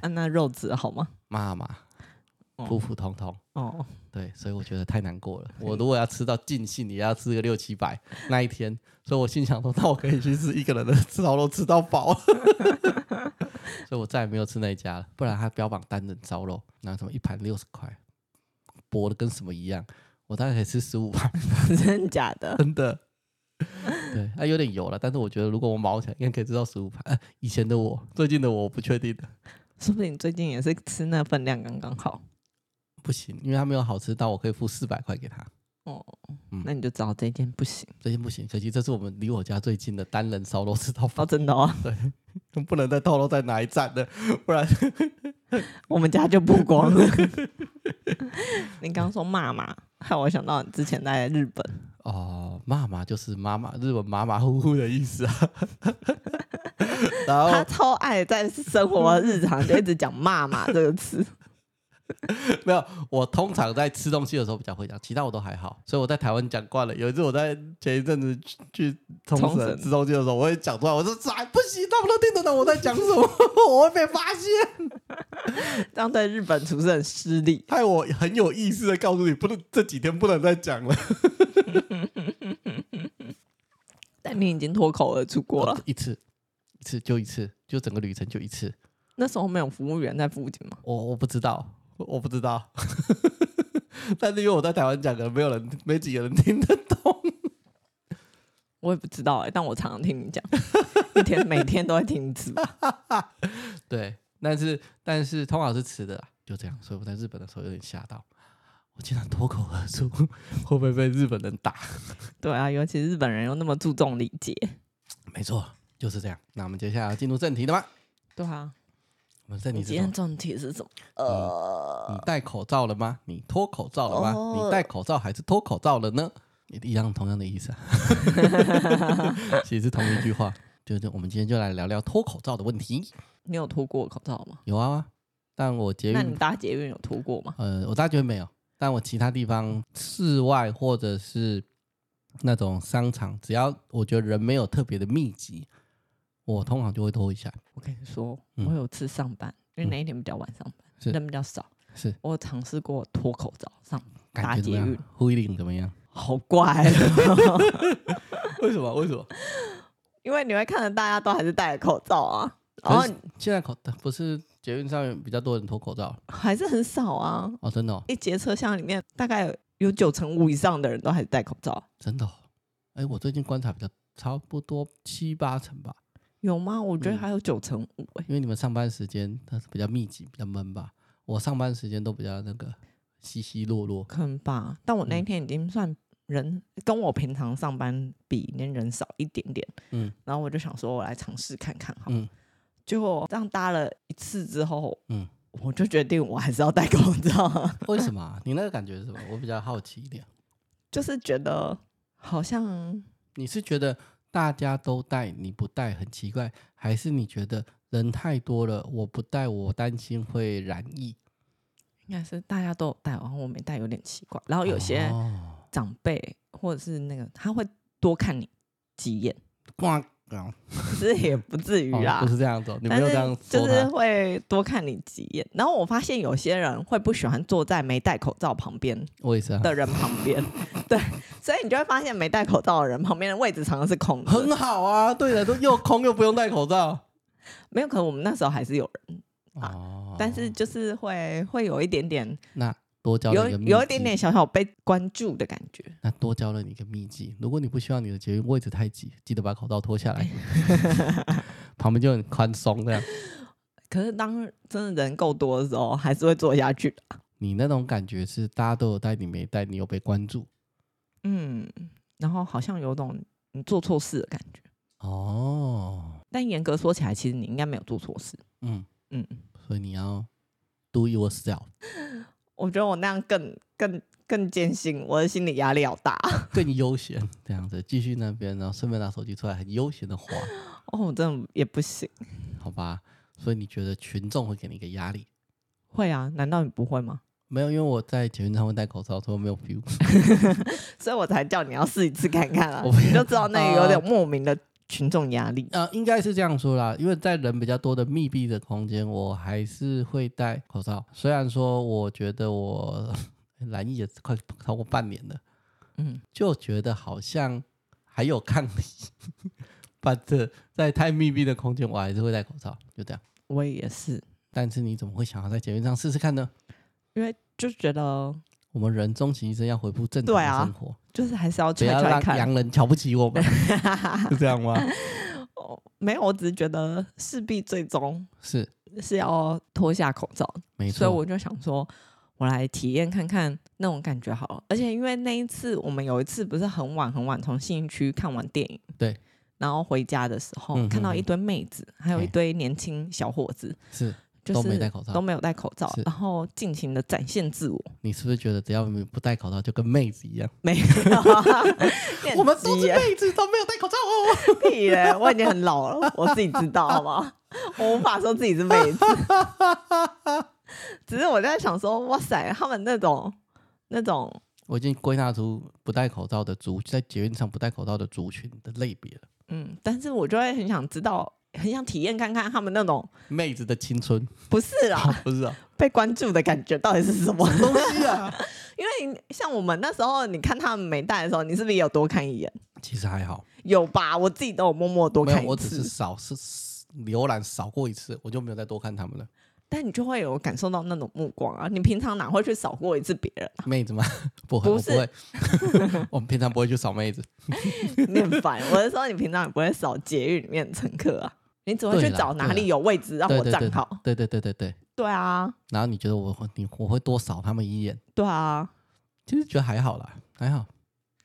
Speaker 2: 啊、那肉质好吗？
Speaker 1: 妈妈，
Speaker 2: 哦
Speaker 1: 普普通通。
Speaker 2: 哦， [LAUGHS]
Speaker 1: 对，所以我觉得太难过了。我如果要吃到尽兴，也要吃个六七百那一天，所以我心想说，那我可以去吃一个人的吃烧肉吃到
Speaker 2: [LAUGHS]
Speaker 1: 饱。所以我再也没有吃那一家了，不然他标榜单人烧肉，然后什么一盘六十块，薄的跟什么一样，我大概可以吃十五盘，
Speaker 2: 真的假的？
Speaker 1: [LAUGHS] 真的。对，啊它、有点油了，但是我觉得如果我毛起来，应该可以吃到十五盘、呃以前的我，最近的我不确定的，
Speaker 2: 说不定最近也是吃那分量刚刚好。
Speaker 1: 不行，因为它没有好吃到我可以付四百块给他。
Speaker 2: 哦，
Speaker 1: 嗯
Speaker 2: 那你就知道这件不行
Speaker 1: 最近不行，可惜这是我们离我家最近的单人烧肉吃到饱
Speaker 2: 哦，，真的哦，
Speaker 1: 啊不能再透露在哪一站了，不然
Speaker 2: 我们家就不光了。 [LAUGHS] 你刚刚说骂嘛，害我想到你之前在日本，
Speaker 1: 哦，妈妈就是妈妈，日本马马虎虎的意思啊。 [LAUGHS] 然
Speaker 2: 他
Speaker 1: 后
Speaker 2: 超爱在生活日常就一直讲“骂嘛”这个词。
Speaker 1: 没有，我通常在吃东西的时候比较会讲，其他我都还好。所以我在台湾讲惯了。有一次我在前一阵子去去冲
Speaker 2: 冲
Speaker 1: 绳
Speaker 2: 绳
Speaker 1: 吃东西的时候，我也讲出来，我说哎不行，他们都听得懂我在讲什么，我会被发现。
Speaker 2: [LAUGHS] 这样对日本厨师很失礼。
Speaker 1: 害我很有意识的告诉你，不能这几天不能再讲了。
Speaker 2: 但你已经脱口而出过了，
Speaker 1: 一次，次，就一次，就整个旅程就一次。
Speaker 2: 那时候没有服务员在附近吗？
Speaker 1: 我我不知道，我不知道。 [LAUGHS] 但是因为我在台湾讲，可能没有人，没几个人听得懂。
Speaker 2: 我也不知道哎、但我常常听你 [LAUGHS] 讲，一天每天都在听一次吧。
Speaker 1: 对，但是但是通常是吃的啦，就这样。所以我在日本的时候有点吓到，我竟然脱口而出，会不会被日本人打？
Speaker 2: 对啊，尤其日本人又那么注重礼节。
Speaker 1: 没错，就是这样。那我们接下来进入正题了吗？
Speaker 2: 对啊，
Speaker 1: 我们正题
Speaker 2: 你
Speaker 1: 是
Speaker 2: 今
Speaker 1: 什么
Speaker 2: 天重题是什么？呃，
Speaker 1: 你戴口罩了吗？你脱口罩了吗？
Speaker 2: 哦
Speaker 1: 你戴口罩还是脱口罩了呢？一样同样的意思、啊，
Speaker 2: [LAUGHS]
Speaker 1: 其实是同一句话。就是我们今天就来聊聊脱口罩的问题。
Speaker 2: 你有脱过口罩吗？
Speaker 1: 有啊，但我捷
Speaker 2: 那你
Speaker 1: 运
Speaker 2: 搭捷运有脱过吗？
Speaker 1: 呃，我大学没有，但我其他地方室外或者是那种商场，只要我觉得人没有特别的密集，我通常就会脱一下。
Speaker 2: 我跟你说，
Speaker 1: 嗯
Speaker 2: 我有次上班，因为那一天比较晚上班，
Speaker 1: 是
Speaker 2: 人比较少，
Speaker 1: 是
Speaker 2: 我有尝试过脱口罩上，
Speaker 1: 感觉怎么
Speaker 2: 搭捷
Speaker 1: 样
Speaker 2: 运？
Speaker 1: 呼应怎么样？
Speaker 2: 好怪、哦，
Speaker 1: [LAUGHS]
Speaker 2: [LAUGHS]
Speaker 1: 为什么？为什么？
Speaker 2: 因为你会看着大家都还是戴着口罩啊，然后
Speaker 1: 可是现在口不是捷运上面比较多人脱口罩
Speaker 2: 还是很少啊，
Speaker 1: 哦，真的、哦，
Speaker 2: 一节车厢里面大概有有九成五以上的人都还是戴口罩，
Speaker 1: 真的、哦。哎，我最近观察比较差不多七八成吧，
Speaker 2: 有吗？我觉得
Speaker 1: 嗯
Speaker 2: 还有九成五哎、
Speaker 1: 因为你们上班时间它是比较密集，比较闷吧。我上班时间都比较那个稀稀落落，
Speaker 2: 可能吧。但我那一
Speaker 1: 嗯
Speaker 2: 天已经算人跟我平常上班比，那人少一点点。
Speaker 1: 嗯
Speaker 2: 然后我就想说，我来尝试看看好了。
Speaker 1: 嗯，
Speaker 2: 结果这样搭了一次之后，
Speaker 1: 嗯
Speaker 2: 我就决定我还是要戴口罩，
Speaker 1: 为什么啊、你那个感觉是什么？我比较好奇一点。
Speaker 2: [LAUGHS] 就是觉得好像
Speaker 1: 你是觉得大家都戴，你不戴很奇怪，还是你觉得人太多了，我不戴我担心会染疫？
Speaker 2: 应该是大家都有戴，然后我没戴有点奇怪。然后有些
Speaker 1: 哦
Speaker 2: 长辈或者是那个他会多看你几眼， [LAUGHS]
Speaker 1: 挂哦
Speaker 2: 可是也不至于啊
Speaker 1: 哦
Speaker 2: 啦。
Speaker 1: 不是这样子哦，你没
Speaker 2: 但
Speaker 1: 有
Speaker 2: 是
Speaker 1: 这样
Speaker 2: 就
Speaker 1: 说
Speaker 2: 是
Speaker 1: 他。
Speaker 2: 会多看你几眼，然后我发现有些人会不喜欢坐在没戴口罩旁边
Speaker 1: 我也是啊，
Speaker 2: 的人旁
Speaker 1: [LAUGHS]
Speaker 2: 边，对，所以你就会发现没戴口罩的人旁边的位置常常是空
Speaker 1: [LAUGHS]
Speaker 2: 的。
Speaker 1: 很好啊，对的，都又空又不用戴口罩。
Speaker 2: 没有，可能我们那时候还是有人，啊
Speaker 1: 哦，
Speaker 2: 但是就是会会有一点点
Speaker 1: 那多教
Speaker 2: 有
Speaker 1: 了一个秘
Speaker 2: 有一点
Speaker 1: 籍
Speaker 2: 点，小小被关注的感觉。
Speaker 1: 那多教了你一个秘籍。如果你不希望你的捷运位置太挤，记得把口罩脱下
Speaker 2: [LAUGHS]
Speaker 1: 来，旁边就很宽松这样。
Speaker 2: 可是当真的人够多的时候，还是会坐下去的。
Speaker 1: 你那种感觉是大家都有戴，你没戴，你有被关注
Speaker 2: 嗯，然后好像有种你做错事的感觉，
Speaker 1: 哦，
Speaker 2: 但严格说起来，其实你应该没有做错事。
Speaker 1: 嗯，
Speaker 2: 嗯，
Speaker 1: 所以你要 do yourself [LAUGHS]
Speaker 2: 我觉得我那样更更更艰辛，我的心理压力好大。啊
Speaker 1: 更悠闲这样子，继续那边，然后顺便拿手机出来，很悠闲的滑，
Speaker 2: 哦，我真的也不行。
Speaker 1: 好吧？所以你觉得群众会给你一个压力？
Speaker 2: 会啊？难道你不会吗？
Speaker 1: 没有，因为我在捷运上会戴口罩，所以我没有 feel。
Speaker 2: [LAUGHS]
Speaker 1: [LAUGHS]
Speaker 2: 所以我才叫你要试一次看看 [LAUGHS] 啊，
Speaker 1: 我不
Speaker 2: 你就知道那个有点莫名的群众压力。
Speaker 1: 呃，应该是这样说啦，因为在人比较多的密闭的空间，我还是会戴口罩。虽然说我觉得我 [LAUGHS] 蓝疫也快超过半年了，
Speaker 2: 嗯，
Speaker 1: 就觉得好像还有抗体，反正在太密闭的空间，我还是会戴口罩，就这样。
Speaker 2: 我也是，
Speaker 1: 但是你怎么会想要在捷运上试试看呢？
Speaker 2: 因为就觉得
Speaker 1: 我们人终其一生要恢复正常
Speaker 2: 对啊
Speaker 1: 的生 [LAUGHS] 活，
Speaker 2: 就是还是要
Speaker 1: 不
Speaker 2: 踹
Speaker 1: 要
Speaker 2: 踹
Speaker 1: 让
Speaker 2: 看。
Speaker 1: 洋人瞧不起我们， [LAUGHS] 是这 [LAUGHS] 样吗？
Speaker 2: 哦，没有，我只是觉得势必最终
Speaker 1: 是，
Speaker 2: 是要脱下口罩，
Speaker 1: 没
Speaker 2: 所以
Speaker 1: 错。
Speaker 2: 我就想说，我来体验看看那种感觉好了。而且因为那一次，我们有一次不是很晚很晚从信义区看完电影，
Speaker 1: 对，
Speaker 2: 然后回家的时候、
Speaker 1: 嗯哼
Speaker 2: 看到一
Speaker 1: 哼
Speaker 2: 堆妹子，还有一
Speaker 1: 嘿
Speaker 2: 堆年轻小伙子，
Speaker 1: 是
Speaker 2: 就
Speaker 1: 都
Speaker 2: 是
Speaker 1: 没戴口罩
Speaker 2: 都没有戴口罩
Speaker 1: 是
Speaker 2: 然后尽情的展现自我。
Speaker 1: 你是不是觉得只要我们不戴口罩就跟妹子一样？
Speaker 2: 没有，你很
Speaker 1: [LAUGHS] 我们都 [LAUGHS]
Speaker 2: 急
Speaker 1: 是
Speaker 2: 耶
Speaker 1: 妹子，都没有戴口罩哦。
Speaker 2: 屁嘞！我已经很老了，我自己知道，好不好？我无法说自己是妹
Speaker 1: [LAUGHS]
Speaker 2: 子，只是我在想说，哇塞，他们那种那种，
Speaker 1: [LAUGHS] 我已经归纳出不戴口罩的族在捷运上不戴口罩的族群的类别了，
Speaker 2: 嗯，但是我就会很想知道，很想体验看看他们那种
Speaker 1: 妹子的青 [LAUGHS] 春，
Speaker 2: 不是啦，
Speaker 1: 不是啊，
Speaker 2: 被关注的感觉到底是什么？
Speaker 1: 东西啊。
Speaker 2: [LAUGHS] 因为你像我们那时候，你看他们没戴的时候，你是不是也有多看一眼？
Speaker 1: 其实还好，
Speaker 2: 有吧？我自己都有默默多
Speaker 1: 没有
Speaker 2: 看，一
Speaker 1: 我只是
Speaker 2: 次。
Speaker 1: 少是浏览扫过一次，我就没有再多看他们了。
Speaker 2: 但你就会有感受到那种目光啊！你平常哪会去扫过一次别人、 [LAUGHS]
Speaker 1: 妹子吗？ [LAUGHS] 不会，
Speaker 2: 啊不
Speaker 1: 我不会，我们平常不会 [LAUGHS] 去扫妹子。
Speaker 2: 你很烦。我是说，你平常也不会扫捷运里面的乘客啊，你只会去
Speaker 1: 对啦
Speaker 2: 找哪
Speaker 1: 对
Speaker 2: 里
Speaker 1: 啦
Speaker 2: 有位置让我
Speaker 1: 对
Speaker 2: 站好。
Speaker 1: 对对对对对。
Speaker 2: 对啊，
Speaker 1: 然后你觉得我会你我会多扫他们一眼？
Speaker 2: 对啊，
Speaker 1: 其实觉得还好啦，还好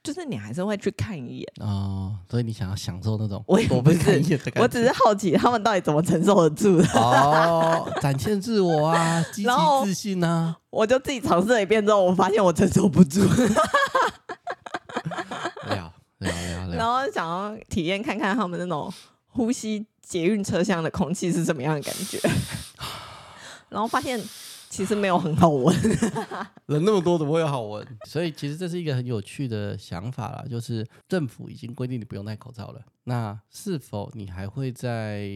Speaker 2: 就是你还是会去看一眼。
Speaker 1: 哦。所以你想要享受那种
Speaker 2: 我也
Speaker 1: 躲被
Speaker 2: 不是
Speaker 1: 看一眼的感觉？
Speaker 2: 我只是好奇他们到底怎么承受得住的，
Speaker 1: 哦，展现自我
Speaker 2: [LAUGHS]
Speaker 1: 啊，积极
Speaker 2: 然后
Speaker 1: 自信啊。
Speaker 2: 我就自己尝试了一遍之后，我发现我承受不住，
Speaker 1: 聊聊聊
Speaker 2: [LAUGHS] 然
Speaker 1: 聊，
Speaker 2: 后想要体验看看他们那种呼吸捷运车厢的空气是什么样的感觉， [LAUGHS] 然后发现其实没有很好闻。 [LAUGHS]
Speaker 1: [LAUGHS] 人那么多怎么会有好闻？ [LAUGHS] 所以其实这是一个很有趣的想法啦，就是政府已经规定你不用戴口罩了，那是否你还会在？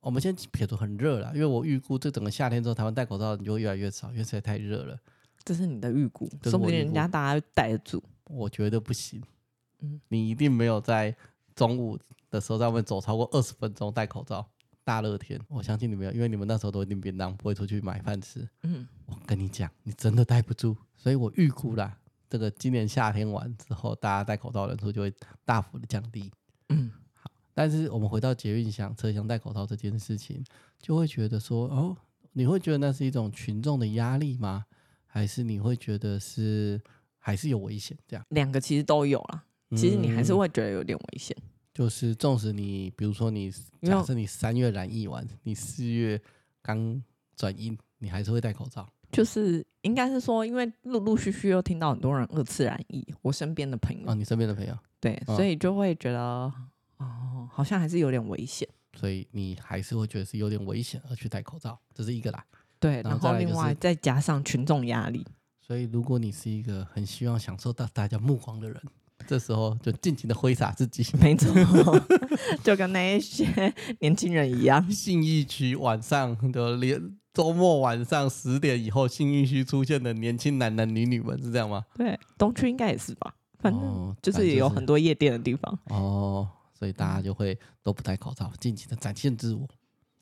Speaker 1: 我们先撇除很热啦，因为我预估这整个夏天之后，台湾戴口罩的人就会越来越少，因为实在太热了。
Speaker 2: 这是你的预估，
Speaker 1: 这是
Speaker 2: 说不
Speaker 1: 我
Speaker 2: 定
Speaker 1: 预
Speaker 2: 人
Speaker 1: 估
Speaker 2: 家大家待得住。
Speaker 1: 我觉得不行，
Speaker 2: 嗯
Speaker 1: 你一定没有在中午的时候在外面走超过二十分钟戴口罩。大热天，我相信你没有，因为你们那时候都一定便当，不会出去买饭吃。
Speaker 2: 嗯，
Speaker 1: 我跟你讲，你真的待不住，所以我预估啦，这个今年夏天完之后，大家戴口罩的人数就会大幅的降低。
Speaker 2: 嗯，
Speaker 1: 好，但是我们回到捷运箱车厢戴口罩这件事情，就会觉得说，哦，你会觉得那是一种群众的压力吗？还是你会觉得是还是有危险这样？
Speaker 2: 两个其实都有啦，其实你还是
Speaker 1: 嗯
Speaker 2: 会觉得有点危险。
Speaker 1: 就是，纵使你比如说你
Speaker 2: 因为
Speaker 1: 假设你三月染疫完，你四月刚转阴，你还是会戴口罩。
Speaker 2: 就是应该是说，因为陆陆续续又听到很多人二次染疫，我身边的朋友，
Speaker 1: 哦，你身边的朋友，
Speaker 2: 对，
Speaker 1: 嗯
Speaker 2: 所以就会觉得哦，好像还是有点危险。
Speaker 1: 所以你还是会觉得是有点危险而去戴口罩，这是一个啦。
Speaker 2: 对，
Speaker 1: 然后
Speaker 2: 然
Speaker 1: 再
Speaker 2: 后
Speaker 1: 来
Speaker 2: 另
Speaker 1: 就是
Speaker 2: 外再加上群众压力，
Speaker 1: 所以如果你是一个很希望享受到大家目光的人，这时候就尽情的挥洒自己。 [LAUGHS]
Speaker 2: 没 [LAUGHS] 错，就跟那一些 [LAUGHS] 年轻人一样。
Speaker 1: 信义区晚上的连周末晚上十点以后，信义区出现的年轻男男女女们是这样吗？
Speaker 2: 对，东区应该也是吧，反正
Speaker 1: 哦
Speaker 2: 就是也有很多夜店的地方。
Speaker 1: 哦，所以大家就会都不戴口罩，尽情的展现自我。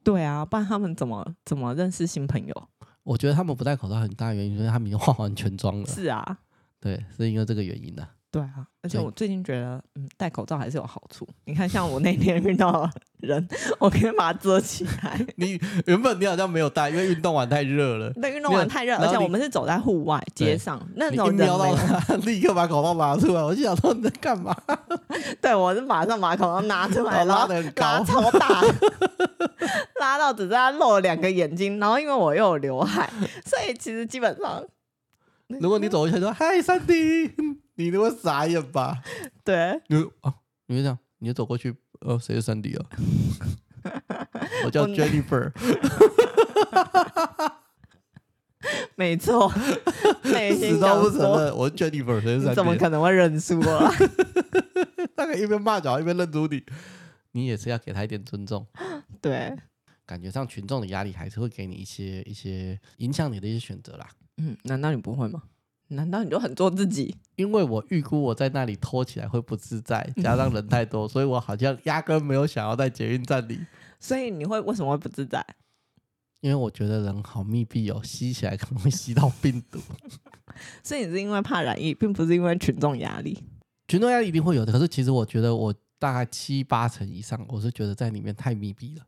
Speaker 2: 对啊，不然他们怎么怎么认识新朋友？
Speaker 1: 我觉得他们不戴口罩很大原因，就是他们已经化完全妆了。
Speaker 2: 是啊，
Speaker 1: 对，是因为这个原因的、
Speaker 2: 对啊，而且
Speaker 1: 对
Speaker 2: 我最近觉得，嗯，戴口罩还是有好处。你看，像我那天遇到的人，我可以把它遮起来。
Speaker 1: [LAUGHS] 你原本你好像没有戴，因为运动完太热了。
Speaker 2: [LAUGHS] 那运动
Speaker 1: 没有
Speaker 2: 完太热，
Speaker 1: 然后
Speaker 2: 而且
Speaker 1: 你
Speaker 2: 我们是走在户外街上，那
Speaker 1: 你
Speaker 2: 种
Speaker 1: 一
Speaker 2: 人
Speaker 1: 瞄
Speaker 2: 没
Speaker 1: 到
Speaker 2: 有。
Speaker 1: 他， [LAUGHS] 立刻把口罩拿出来。我就想说你在干嘛？
Speaker 2: 对，我是马上把口罩拿出来，
Speaker 1: 哦
Speaker 2: 然
Speaker 1: 拉
Speaker 2: 后
Speaker 1: 得很
Speaker 2: [LAUGHS] 拉
Speaker 1: 高
Speaker 2: 超大，拉到只剩下露了两个眼睛。然后因为我又有刘海， [LAUGHS] 所以其实基本上，
Speaker 1: 如果你走过去说“嗨，三弟”， [LAUGHS] 你都会傻眼吧？
Speaker 2: [LAUGHS] 对
Speaker 1: 你就啊，你就这样，你就走过去，呃，谁是三弟啊？ [LAUGHS] 我叫
Speaker 2: 我
Speaker 1: Jennifer，
Speaker 2: 没 [LAUGHS] 错，内
Speaker 1: 死
Speaker 2: 心
Speaker 1: 都
Speaker 2: 想
Speaker 1: 不承
Speaker 2: 说，
Speaker 1: 认，我
Speaker 2: [LAUGHS]
Speaker 1: 是 Jennifer，谁是
Speaker 2: 你
Speaker 1: 三
Speaker 2: 怎么
Speaker 1: 弟？
Speaker 2: 可能会认输我啊？
Speaker 1: 大概一边骂脚一边认出你，你也是要给他一点尊重。
Speaker 2: [LAUGHS] 对，
Speaker 1: 感觉上群众的压力还是会给你一些一些影响你的一些选择啦。
Speaker 2: 嗯，难道你不会吗？难道你就很做自己？
Speaker 1: 因为我预估我在那里拖起来会不自在，加上人太多， [LAUGHS] 所以我好像压根没有想要在捷运站里，
Speaker 2: 所以你会为什么会不自在？
Speaker 1: 因为我觉得人好密闭哦，吸起来可能会吸到病毒。
Speaker 2: 所以你是因为怕染疫，并不是因为群众压力。
Speaker 1: [LAUGHS] 群众压力一定会有的，可是其实我觉得我大概七八成以上，我是觉得在里面太密闭了。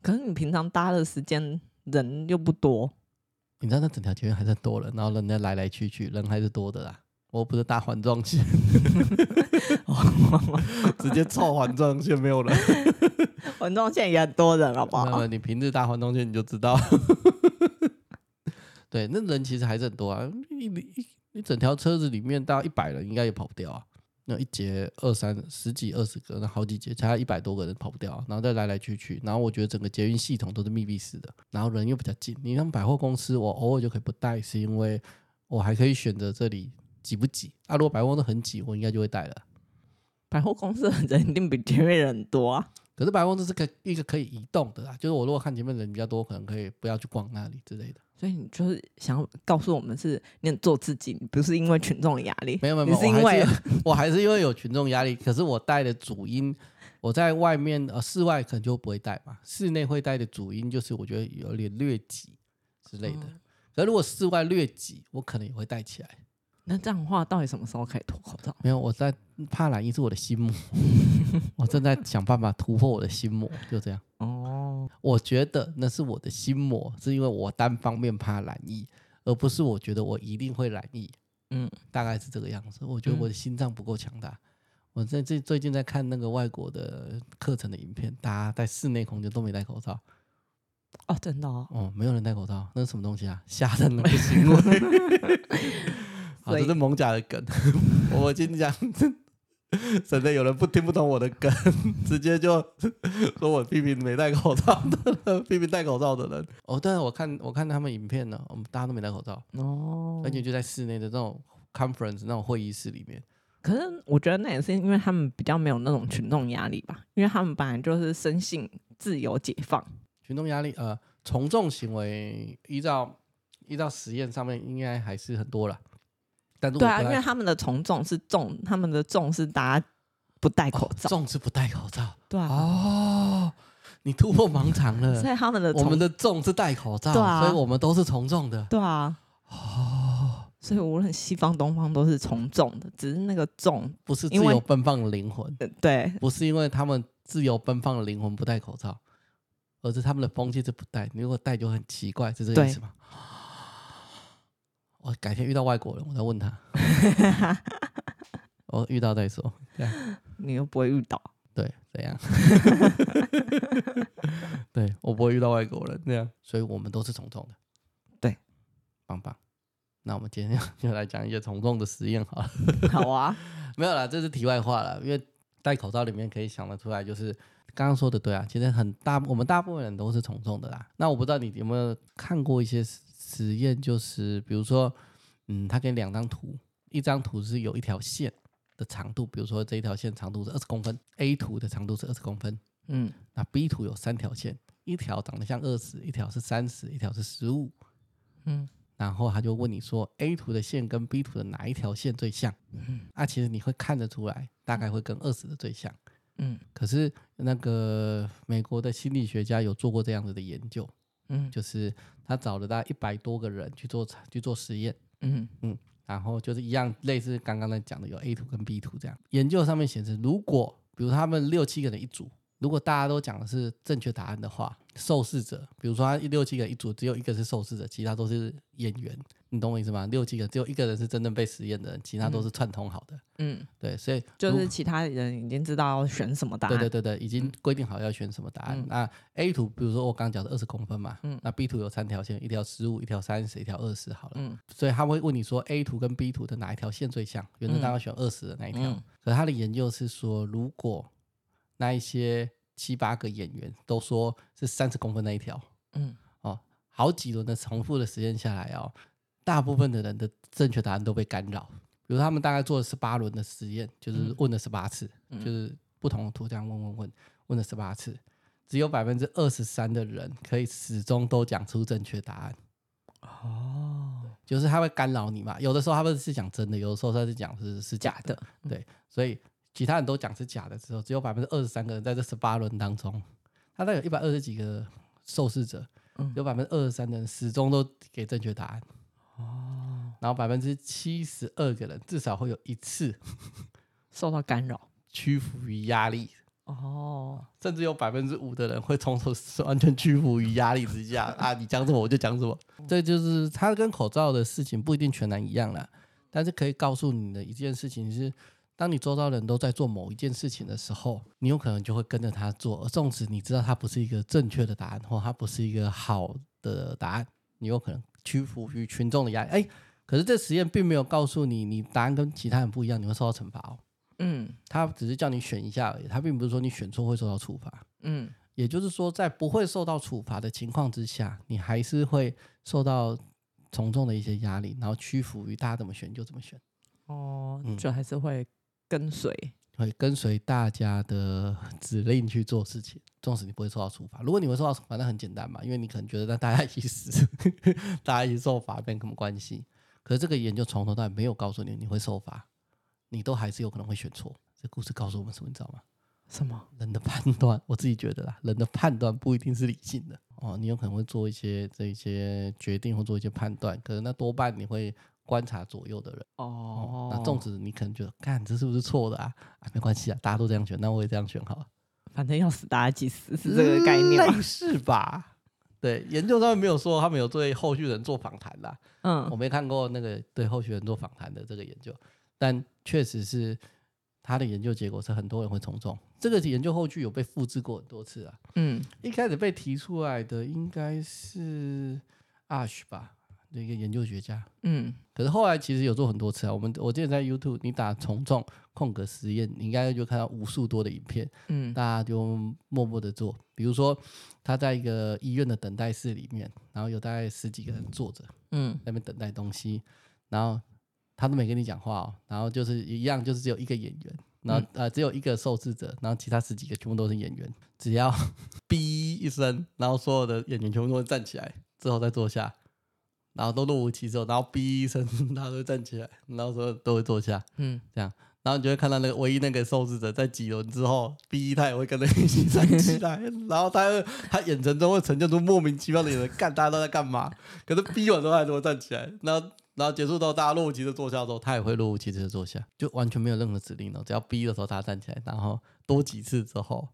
Speaker 2: 可是你平常搭的时间人又不多， [LAUGHS]
Speaker 1: 你知道那整条捷运还是很多人，然后人家来来去去，人还是多的啦。我又不是搭环状线， [LAUGHS] 直接凑环状线没有人。
Speaker 2: 文状线也很多人，好不
Speaker 1: [LAUGHS] 那
Speaker 2: 好
Speaker 1: 么？你平日搭环东线你就知道， [LAUGHS] 对，那人其实还是很多啊，一一一整条车子里面大概一百人应该也跑不掉啊。那一节二三十几二十个，那好几节加一百多个人跑不掉啊、然后再来来去去，然后我觉得整个捷运系统都是密闭式的，然后人又比较近。你像百货公司，我偶尔就可以不带，是因为我还可以选择这里挤不挤啊。如果百货公司很挤，我应该就会带了。
Speaker 2: 百货公司的人一定比前面人多啊。
Speaker 1: 可是百货公司是可以一个可以移动的啊，就是我如果看前面人比较多，可能可以不要去逛那里之类的。
Speaker 2: 所以你就是想要告诉我们是，你很做自己，你不是因为群众的压力，
Speaker 1: 没有没有，没
Speaker 2: 你
Speaker 1: 有 [LAUGHS]
Speaker 2: 是因为
Speaker 1: 我还是我还是因为有群众压力，可是我带的主因，我在外面呃室外可能就不会带嘛，室内会带的主因就是我觉得有点略挤之类的。
Speaker 2: 嗯
Speaker 1: 可如果室外略挤，我可能也会带起来。
Speaker 2: 那这样的话，到底什么时候可以脱口罩？
Speaker 1: 没有，我在怕染疫是我的心魔，
Speaker 2: [LAUGHS]
Speaker 1: 我正在想办法突破我的心魔，就这样。
Speaker 2: 哦，
Speaker 1: 我觉得那是我的心魔，是因为我单方面怕染疫，而不是我觉得我一定会染疫。
Speaker 2: 嗯，
Speaker 1: 大概是这个样子。我觉得我的心脏不够强大。我在最最近在看那个外国的课程的影片，大家在室内空间都没戴口罩，
Speaker 2: 哦，真的哦，
Speaker 1: 哦，没有人戴口罩，那是什么东西啊？吓人的行
Speaker 2: [LAUGHS]
Speaker 1: 为。好，
Speaker 2: 所以
Speaker 1: 啊这是蒙甲的梗。我今天讲，省得有人不听不懂我的梗，直接就说我批评没戴口罩的人，批评戴口罩的人。哦，对，我看我看他们影片呢，我们大家都没戴口罩，
Speaker 2: 哦
Speaker 1: 而且就在室内的那种 conference 那种会议室里面。
Speaker 2: 可是我觉得那也是因为他们比较没有那种群众压力吧，因为他们本来就是生性自由解放。
Speaker 1: 群众压力，呃，从众行为依照依照实验上面应该还是很多啦。但是我
Speaker 2: 对啊，
Speaker 1: 不
Speaker 2: 因
Speaker 1: 太
Speaker 2: 为他们的从众是众，他们的众是大家不戴口罩。
Speaker 1: 粽是不戴口罩
Speaker 2: 对啊，
Speaker 1: 哦，你突破盲肠了
Speaker 2: 所。以他们的
Speaker 1: 我
Speaker 2: 从
Speaker 1: 们的粽是戴口罩，
Speaker 2: 对啊
Speaker 1: 所以我们都是从众的。
Speaker 2: 对啊，哦，所以无论西方东方都是从众的，只是那个众
Speaker 1: 不是自
Speaker 2: 因为
Speaker 1: 由奔放的灵魂，
Speaker 2: 呃对
Speaker 1: 不是因为他们自由奔放的灵魂不戴口罩，而是他们的风气是不戴。你如果戴就很奇怪，是这个意思吗？我改天遇到外国人，我再问他。我遇到再说。这样
Speaker 2: 你又不会遇 [LAUGHS] 到。
Speaker 1: 对，怎样？ [LAUGHS] 对我不会遇到外国人那样，所以我们都是从众的。
Speaker 2: 对，
Speaker 1: 棒棒。那我们今天 [LAUGHS] 就来讲一些从众的实验好了。
Speaker 2: 好啊，
Speaker 1: 没有啦，这是题外话了。因为戴口罩里面可以想得出来，就是刚刚说的对啊，其实很大，我们大部分人都是从众的啦。那我不知道你有没有看过一些实实验，就是比如说，嗯，他给你两张图，一张图是有一条线的长度，比如说这一条线长度是二十公分，A 图的长度是二十公分，
Speaker 2: 嗯，
Speaker 1: 那 B 图有三条线，一条长得像二十，一条是三十，一条是十五。
Speaker 2: 嗯，
Speaker 1: 然后他就问你说，A 图的线跟 B 图的哪一条线最像？嗯，啊，其实你会看得出来，大概会跟二十的最像。
Speaker 2: 嗯
Speaker 1: 可是那个美国的心理学家有做过这样子的研究，
Speaker 2: 嗯
Speaker 1: 就是他找了大概一百多个人去做去做实验，
Speaker 2: 嗯
Speaker 1: 然后就是一样类似刚刚在讲的有 A 图跟 B 图这样。研究上面显示，如果比如他们六七个人一组，如果大家都讲的是正确答案的话，受试者，比如说他一六七个人一组，只有一个是受试者，其他都是演员，你懂我意思吗？六七个只有一个人是真正被实验的人，其他都是串通好的。
Speaker 2: 嗯，
Speaker 1: 对，所以
Speaker 2: 就
Speaker 1: 如
Speaker 2: 是其他人已经知道要选什么答案。
Speaker 1: 对对对对，已经规定好要选什么答案。那 A 图，比如说我刚刚讲的二十公分嘛，那 B 图有三条线，一条十五，一条三十，一条二十，好了。
Speaker 2: 嗯
Speaker 1: 所以他会问你说 A 图跟 B 图的哪一条线最像？原则上要选二十的那一条。
Speaker 2: 嗯
Speaker 1: 可是他的研究是说，如果那一些七八个演员都说是三十公分那一条，
Speaker 2: 嗯，
Speaker 1: 哦，好几轮的重复的实验下来哦，大部分的人的正确答案都被干扰。比如他们大概做了十八轮的实验，
Speaker 2: 嗯
Speaker 1: 就是问了十八次，就是不同的图这样问问问，问了十八次，只有百分之二十三的人可以始终都讲出正确答案。
Speaker 2: 哦，
Speaker 1: 就是他会干扰你嘛，有的时候他们是讲真的，有的时候他是讲是是假
Speaker 2: 假
Speaker 1: 的，
Speaker 2: 的，
Speaker 1: 所以其他人都讲是假的之后，只有百分之二十三个人在这十八轮当中，他大概有一百二十几个受试者，
Speaker 2: 嗯
Speaker 1: 有百分之二十三的人始终都给正确答案，哦，然后百分之七十二个人至少会有一次
Speaker 2: 受到干扰。
Speaker 1: 屈服于压力，
Speaker 2: 哦，
Speaker 1: 甚至有百分之五的人会从头完全屈服于压力之下啊！你讲什么我就讲什么，这就是它跟口罩的事情不一定全然一样啦，但是可以告诉你的一件事情是，当你周遭的人都在做某一件事情的时候，你有可能就会跟着他做，而纵使你知道它不是一个正确的答案，或它不是一个好的答案，你有可能屈服于群众的压力。哎，可是这实验并没有告诉你，你答案跟其他人不一样，你会受到惩罚哦。
Speaker 2: 嗯
Speaker 1: 他只是叫你选一下而已，他并不是说你选错会受到处罚。
Speaker 2: 嗯
Speaker 1: 也就是说，在不会受到处罚的情况之下，你还是会受到从众的一些压力，然后屈服于大家怎么选就怎么选，
Speaker 2: 哦
Speaker 1: 嗯，
Speaker 2: 就还是会跟随。
Speaker 1: 会跟随大家的指令去做事情，纵使你不会受到处罚。如果你会受到处罚，那很简单嘛，因为你可能觉得那大家一起死，大家一起受罚没什么关系。可是这个研究从头到尾没有告诉你你会受罚，你都还是有可能会选错。这故事告诉我们什么，你知道吗？
Speaker 2: 什么？
Speaker 1: 人的判断，我自己觉得啦， [LAUGHS] 人的判断不一定是理性的哦，你有可能会做一些这一些决定或做一些判断，可能那多半你会观察左右的人哦。那纵使你可能觉得，看这是不是错的啊？啊，没关系啊，大家都这样选，那我也这样选好了，
Speaker 2: 反正要死大家一起死 [LAUGHS] 是这个概念
Speaker 1: [LAUGHS]
Speaker 2: 吗？
Speaker 1: 类似吧？对，研究上面没有说他们有对后续人做访谈啦，我
Speaker 2: 嗯，
Speaker 1: 没看过那个对候选人做访谈的这个研究，但确实是他的研究结果是很多人会从众。这个研究后续有被复制过很多次啊。
Speaker 2: 嗯，
Speaker 1: 一开始被提出来的应该是 Ash 吧，的一个研究学家。
Speaker 2: 嗯，
Speaker 1: 可是后来其实有做很多次啊。我们我之前在 YouTube 你打从众空格实验，你应该就看到无数多的影片，
Speaker 2: 嗯，
Speaker 1: 大家就默默的做。比如说他在一个医院的等待室里面，然后有大概十几个人坐着。
Speaker 2: 嗯，
Speaker 1: 在那边等待东西，然后他都没跟你讲话哦，然后就是一样，就是只有一个演员，然后、呃只有一个受试者，然后其他十几个全部都是演员，只要 [LAUGHS] 哔一声，然后所有的演员全部都会站起来，之后再坐下，然后都若无其事哦，然后哔一声， [LAUGHS] 大家都会站起来，然后所有都会坐下，
Speaker 2: 嗯，
Speaker 1: 然后你就会看到那个唯一那个受试者在几轮之后，逼他也会跟着一起站起来， [LAUGHS] 然后他他眼神中会呈现出莫名其妙的眼神，干大家都在干嘛？可是逼完之后还是会站起来，然后然后结束之后大家若无其事坐下之后，他也会若无其事的坐下，就完全没有任何指令了，只要逼的时候他站起来，然后多几次之后，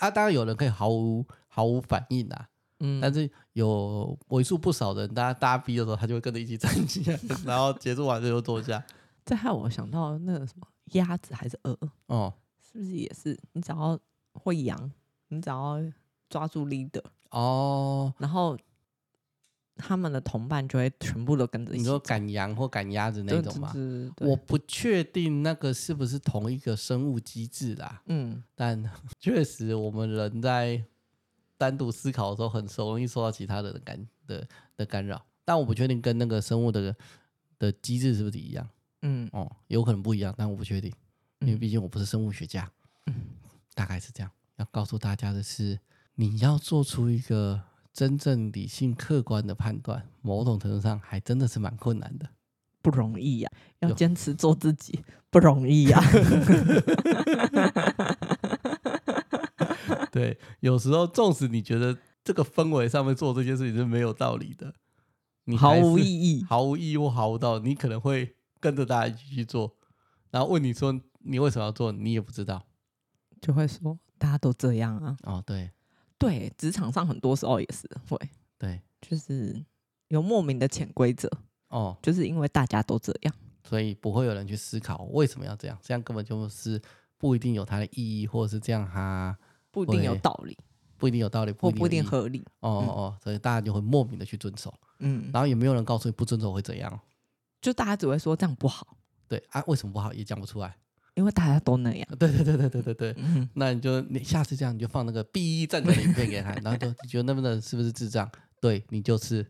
Speaker 1: 啊，当然有人可以毫无毫无反应啊，
Speaker 2: 嗯，
Speaker 1: 但是有为数不少的人，大家大家逼的时候他就会跟着一起站起来，然后结束完之后又坐下，
Speaker 2: 这害我想到那个什么鸭子还是鹅，
Speaker 1: 哦、
Speaker 2: 是不是也是？你只要会养，你只要抓住 leader，
Speaker 1: 哦。
Speaker 2: 然后他们的同伴就会全部都跟着一
Speaker 1: 你
Speaker 2: 起
Speaker 1: 说
Speaker 2: 走。
Speaker 1: 赶羊或赶鸭子那
Speaker 2: 对
Speaker 1: 种
Speaker 2: 对
Speaker 1: 吗？
Speaker 2: 对对
Speaker 1: 我不确定那个是不是同一个生物机制啦，
Speaker 2: 嗯
Speaker 1: 但 [LAUGHS] 确实我们人在单独思考的时候，很容易受到其他的人干的的干扰。但我不确定跟那个生物的的机制是不是一样
Speaker 2: 嗯
Speaker 1: 哦，有可能不一样，但我不确定，因为
Speaker 2: 嗯
Speaker 1: 毕竟我不是生物学家。
Speaker 2: 嗯
Speaker 1: 大概是这样。要告诉大家的是，你要做出一个真正理性客观的判断，某种程度上还真的是蛮困难的。
Speaker 2: 不容易呀、要
Speaker 1: 有
Speaker 2: 坚持做自己不容易呀、
Speaker 1: 对，有时候纵使你觉得这个氛围上面做这件事情是没有道理的， [LAUGHS] 你
Speaker 2: 毫
Speaker 1: 还
Speaker 2: 无
Speaker 1: 是
Speaker 2: 意义。
Speaker 1: 毫无意义或毫无道理，你可能会跟着大家一起去做，然后问你说你为什么要做，你也不知道。
Speaker 2: 就会说大家都这样啊。
Speaker 1: 哦，对
Speaker 2: 对，职场上很多时候也是会，
Speaker 1: 对
Speaker 2: 就是有莫名的潜规则，
Speaker 1: 哦，
Speaker 2: 就是因为大家都这样。
Speaker 1: 所以不会有人去思考为什么要这样，这样根本就是不一定有它的意义，或者是这样哈，
Speaker 2: 不一定有
Speaker 1: 会
Speaker 2: 道理，
Speaker 1: 不一定有道理，不
Speaker 2: 或不一
Speaker 1: 一定
Speaker 2: 定
Speaker 1: 有意义
Speaker 2: 合嗯理。
Speaker 1: 哦哦哦，所以大家就会莫名的去遵守，
Speaker 2: 嗯，
Speaker 1: 然后也没有人告诉你不遵守会怎样。
Speaker 2: 就大家只会说这样不好，
Speaker 1: 对啊，为什么不好也讲不出来。
Speaker 2: 因为大家都那样。
Speaker 1: [LAUGHS] 对对对对对对对，
Speaker 2: 嗯，
Speaker 1: 那你就你下次这样你就放那个 B 站的影片给他，然后就你觉得那边的人是不是智障？对你就是，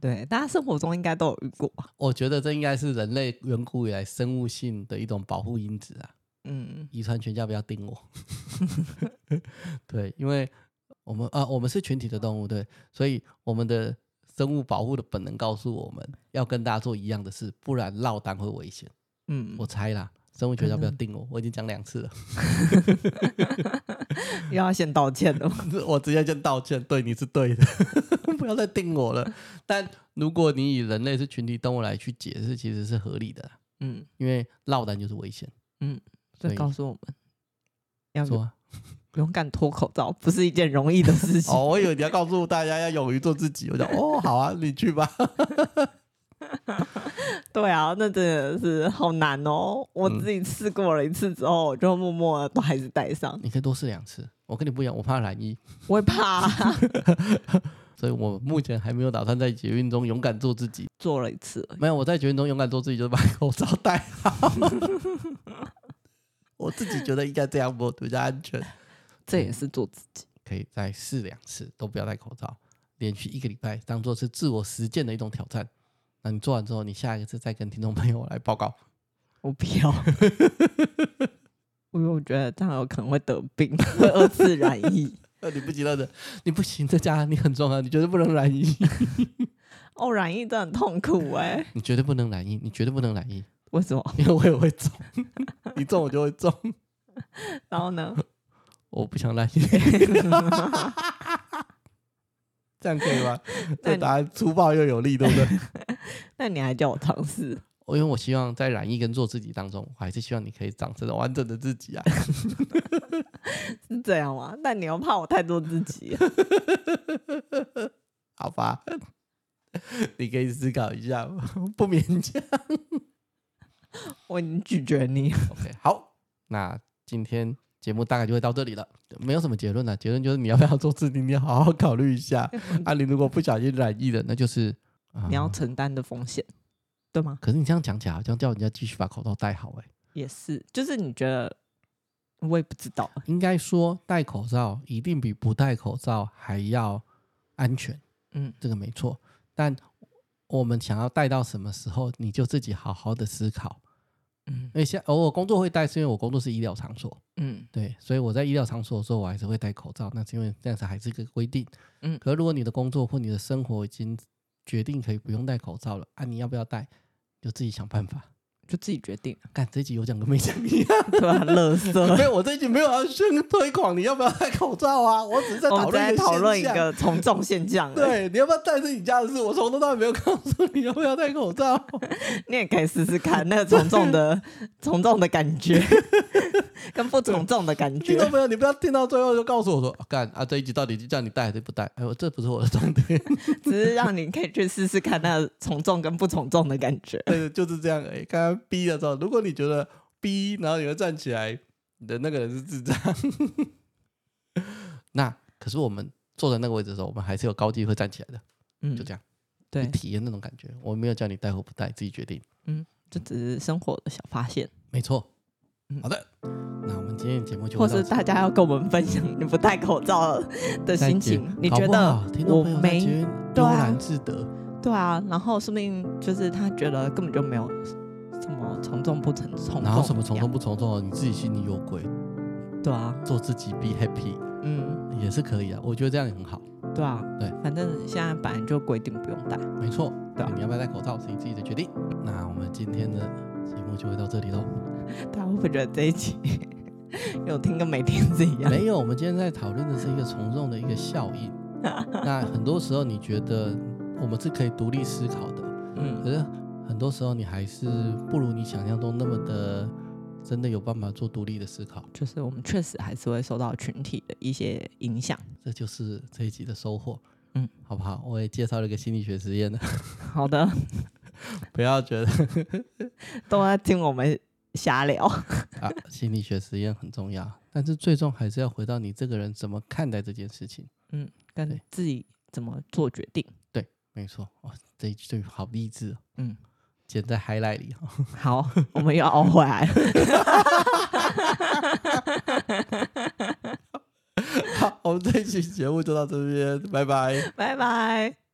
Speaker 2: 对，大家生活中应该都有遇过吧。
Speaker 1: 我觉得这应该是人类远古以来生物性的一种保护因子啊。
Speaker 2: 嗯
Speaker 1: 遗传学家不要盯我， [LAUGHS] 对，因为我们啊，我们是群体的动物，对，所以我们的生物保护的本能告诉我们要跟大家做一样的事，不然落单会危险。
Speaker 2: 嗯，
Speaker 1: 我猜啦，生物学家不要盯我，我已经讲两次了，
Speaker 2: 又要先道歉 [LAUGHS] 了。
Speaker 1: [LAUGHS]
Speaker 2: 嗯
Speaker 1: 我直接就道歉，对你是对的， [LAUGHS] 不要再盯我了。但如果你以人类是群体动物来去解释，其实是合理的啦，
Speaker 2: 嗯，
Speaker 1: 因为落单就是危险。
Speaker 2: 这
Speaker 1: 所以
Speaker 2: 告诉我们要
Speaker 1: 说
Speaker 2: 勇
Speaker 1: 啊
Speaker 2: 勇敢脱口罩，不是一件容易的
Speaker 1: [LAUGHS]
Speaker 2: 事情。
Speaker 1: 哦，我以为你要告诉大家要勇于做自己，我讲哦，好啊，你去吧。
Speaker 2: 对啊，那真的是好难哦！我
Speaker 1: 嗯
Speaker 2: 自己试过了一次之后，我就默默的都还是戴上，
Speaker 1: [LAUGHS] 你可以多试两次。我跟你不一样，我怕染疫，
Speaker 2: 我会怕啊、
Speaker 1: 所以我目前还没有打算在捷运中勇敢做自己。
Speaker 2: [LAUGHS] 做了一次而已，
Speaker 1: 没有，我在捷运中勇敢做自己，就是把口罩戴好。 [LAUGHS] 我自己觉得应该这样，我比较安全。
Speaker 2: 这也是做自己。
Speaker 1: 可以再试两次，都不要戴口罩，连续一个礼拜，当做是自我实践的一种挑战。那你做完之后，你下一次再跟听众朋友来报告。 [LAUGHS]
Speaker 2: 我不要， [LAUGHS] 因为我觉得这样有可能会得
Speaker 1: [LAUGHS]
Speaker 2: 病，会二次染疫。
Speaker 1: 呃，你不行了的，你不行，这家你很重要，你绝对不能染疫， [LAUGHS]
Speaker 2: 哦，染疫真的很痛苦哎、
Speaker 1: 你绝对不能染疫，你绝对不能染疫。
Speaker 2: 为什么？
Speaker 1: [LAUGHS] 因为我也会中，你中我就会中。
Speaker 2: [LAUGHS] 然后呢？
Speaker 1: 我不想赖你， [LAUGHS] 这样可以吗？
Speaker 2: [LAUGHS] 那
Speaker 1: 这
Speaker 2: 你
Speaker 1: 答案粗暴又有力，对不对？
Speaker 2: [LAUGHS]
Speaker 1: [LAUGHS]
Speaker 2: 那你还叫我尝试？
Speaker 1: 因为我希望在染疫跟做自己当中，我还是希望你可以长成完整的自己啊。
Speaker 2: 是这样吗？但你又怕我太做自己，
Speaker 1: 好吧， [LAUGHS] 你可以思考一下， [LAUGHS] 不勉强。
Speaker 2: [LAUGHS] 我已经拒绝 [LAUGHS] 你。
Speaker 1: OK，好，那今天节目大概就会到这里了，没有什么结论了、啊结论就是你要不要做制定，你要好好考虑一
Speaker 2: [LAUGHS]
Speaker 1: 下。啊，你如果不小心染疫了，那就是、啊
Speaker 2: 你要承担的风险，对吗？
Speaker 1: 可是你这样讲起来，好像叫人家继续把口罩戴好、欸，
Speaker 2: 也是，就是你觉得，我也不知道，
Speaker 1: 应该说戴口罩一定比不戴口罩还要安全，
Speaker 2: 嗯，
Speaker 1: 这个没错。但我们想要戴到什么时候，你就自己好好的思考。
Speaker 2: 嗯
Speaker 1: 因为现偶尔工作会戴，是因为我工作是医疗场所，
Speaker 2: 嗯
Speaker 1: 对，所以我在医疗场所的时候，我还是会戴口罩。那是因为这样子还是一个规定。
Speaker 2: 嗯
Speaker 1: 可是如果你的工作或你的生活已经决定可以不用戴口罩了，啊，你要不要戴，就自己想办法。啊
Speaker 2: 就自己决定，
Speaker 1: 干这一集有讲跟没讲一样。
Speaker 2: 对吧、乐 [LAUGHS]
Speaker 1: 没
Speaker 2: 色。
Speaker 1: 有，我这一集没有要宣推广你要不要戴口罩啊，我只是在
Speaker 2: 我
Speaker 1: 讨论
Speaker 2: 们在
Speaker 1: 一个
Speaker 2: 讨论一
Speaker 1: 现象。
Speaker 2: 个从众现象，，
Speaker 1: 对，你要不要戴是你家的事，我从头到尾没有告诉你要不要戴口
Speaker 2: [LAUGHS]
Speaker 1: 罩。
Speaker 2: 你也可以试试看那个从众 [LAUGHS] 的从众的感觉， [LAUGHS] 跟不从众的感
Speaker 1: 听众
Speaker 2: 觉。
Speaker 1: 朋友，你不要听到最后就告诉我说，啊干啊这一集到底叫你戴还是不戴？哎，我这不是我的重点，
Speaker 2: 只是让你可以去试试看那个从众跟不从众的感觉。
Speaker 1: 对，就是这样而已。刚刚逼的时候，如果你觉得逼，然后你会站起来，你的那个人是智障。 [LAUGHS] 那可是我们坐在那个位置的时候，我们还是有高低会站起来的，
Speaker 2: 嗯
Speaker 1: 就，这样，
Speaker 2: 对
Speaker 1: 你，体验那种感觉。我没有叫你戴或不戴，自己决定。
Speaker 2: 这只是生活的小发现，
Speaker 1: 没错
Speaker 2: 嗯。
Speaker 1: 好的，那我们今天的节目就
Speaker 2: 或
Speaker 1: 到
Speaker 2: 是
Speaker 1: 此
Speaker 2: 大家要跟我们分享你不戴口罩的
Speaker 1: 再
Speaker 2: 心
Speaker 1: 见
Speaker 2: 情。你
Speaker 1: 搞
Speaker 2: 觉
Speaker 1: 不
Speaker 2: 得
Speaker 1: 好听
Speaker 2: 我
Speaker 1: 众朋友在
Speaker 2: 没
Speaker 1: 捷运
Speaker 2: 对
Speaker 1: 悠
Speaker 2: 啊
Speaker 1: 然自得，
Speaker 2: 对啊，然后说不定就是他觉得根本就没有什么从众不从从众，
Speaker 1: 然后什么从众不从众，你自己心里有鬼，
Speaker 2: 对啊，
Speaker 1: 做自己 be happy
Speaker 2: 嗯，
Speaker 1: 也是可以啊。我觉得这样也很好，
Speaker 2: 对啊，
Speaker 1: 对，
Speaker 2: 反正现在本来就规定不用戴，
Speaker 1: 没错。
Speaker 2: 对啊
Speaker 1: 你要不要戴口罩是你自己的决定。那我们今天的节目就会到这里喽。
Speaker 2: 大家啊会不会觉得这一集 [LAUGHS] 有听跟没听是一样？
Speaker 1: 没有，我们今天在讨论的是一个从众的一个效 [LAUGHS] 应。那很多时候你觉得我们是可以独立思考的，可
Speaker 2: 嗯，
Speaker 1: 是很多时候你还是不如你想象中那么的，真的有办法做独立的思考。
Speaker 2: 就是我们确实还是会受到群体的一些影响。
Speaker 1: 这就是这一集的收获。
Speaker 2: 嗯，
Speaker 1: 好不好？我也介绍了一个心理学实 [LAUGHS] 验的，
Speaker 2: 好的， [LAUGHS]
Speaker 1: 不要觉得
Speaker 2: 都在听我们瞎聊，
Speaker 1: 啊，心理学实验很重要，但是最终还是要回到你这个人怎么看待这件事情。
Speaker 2: 嗯，跟
Speaker 1: 对
Speaker 2: 自己怎么做决定。
Speaker 1: 没错，哇，这一句好励志、哦，
Speaker 2: 嗯，
Speaker 1: 剪在 highlight 里、 [LAUGHS] 哦。
Speaker 2: 好，我们又熬回来了。
Speaker 1: 好，我们这一期节目就到这边，拜拜。
Speaker 2: 拜拜。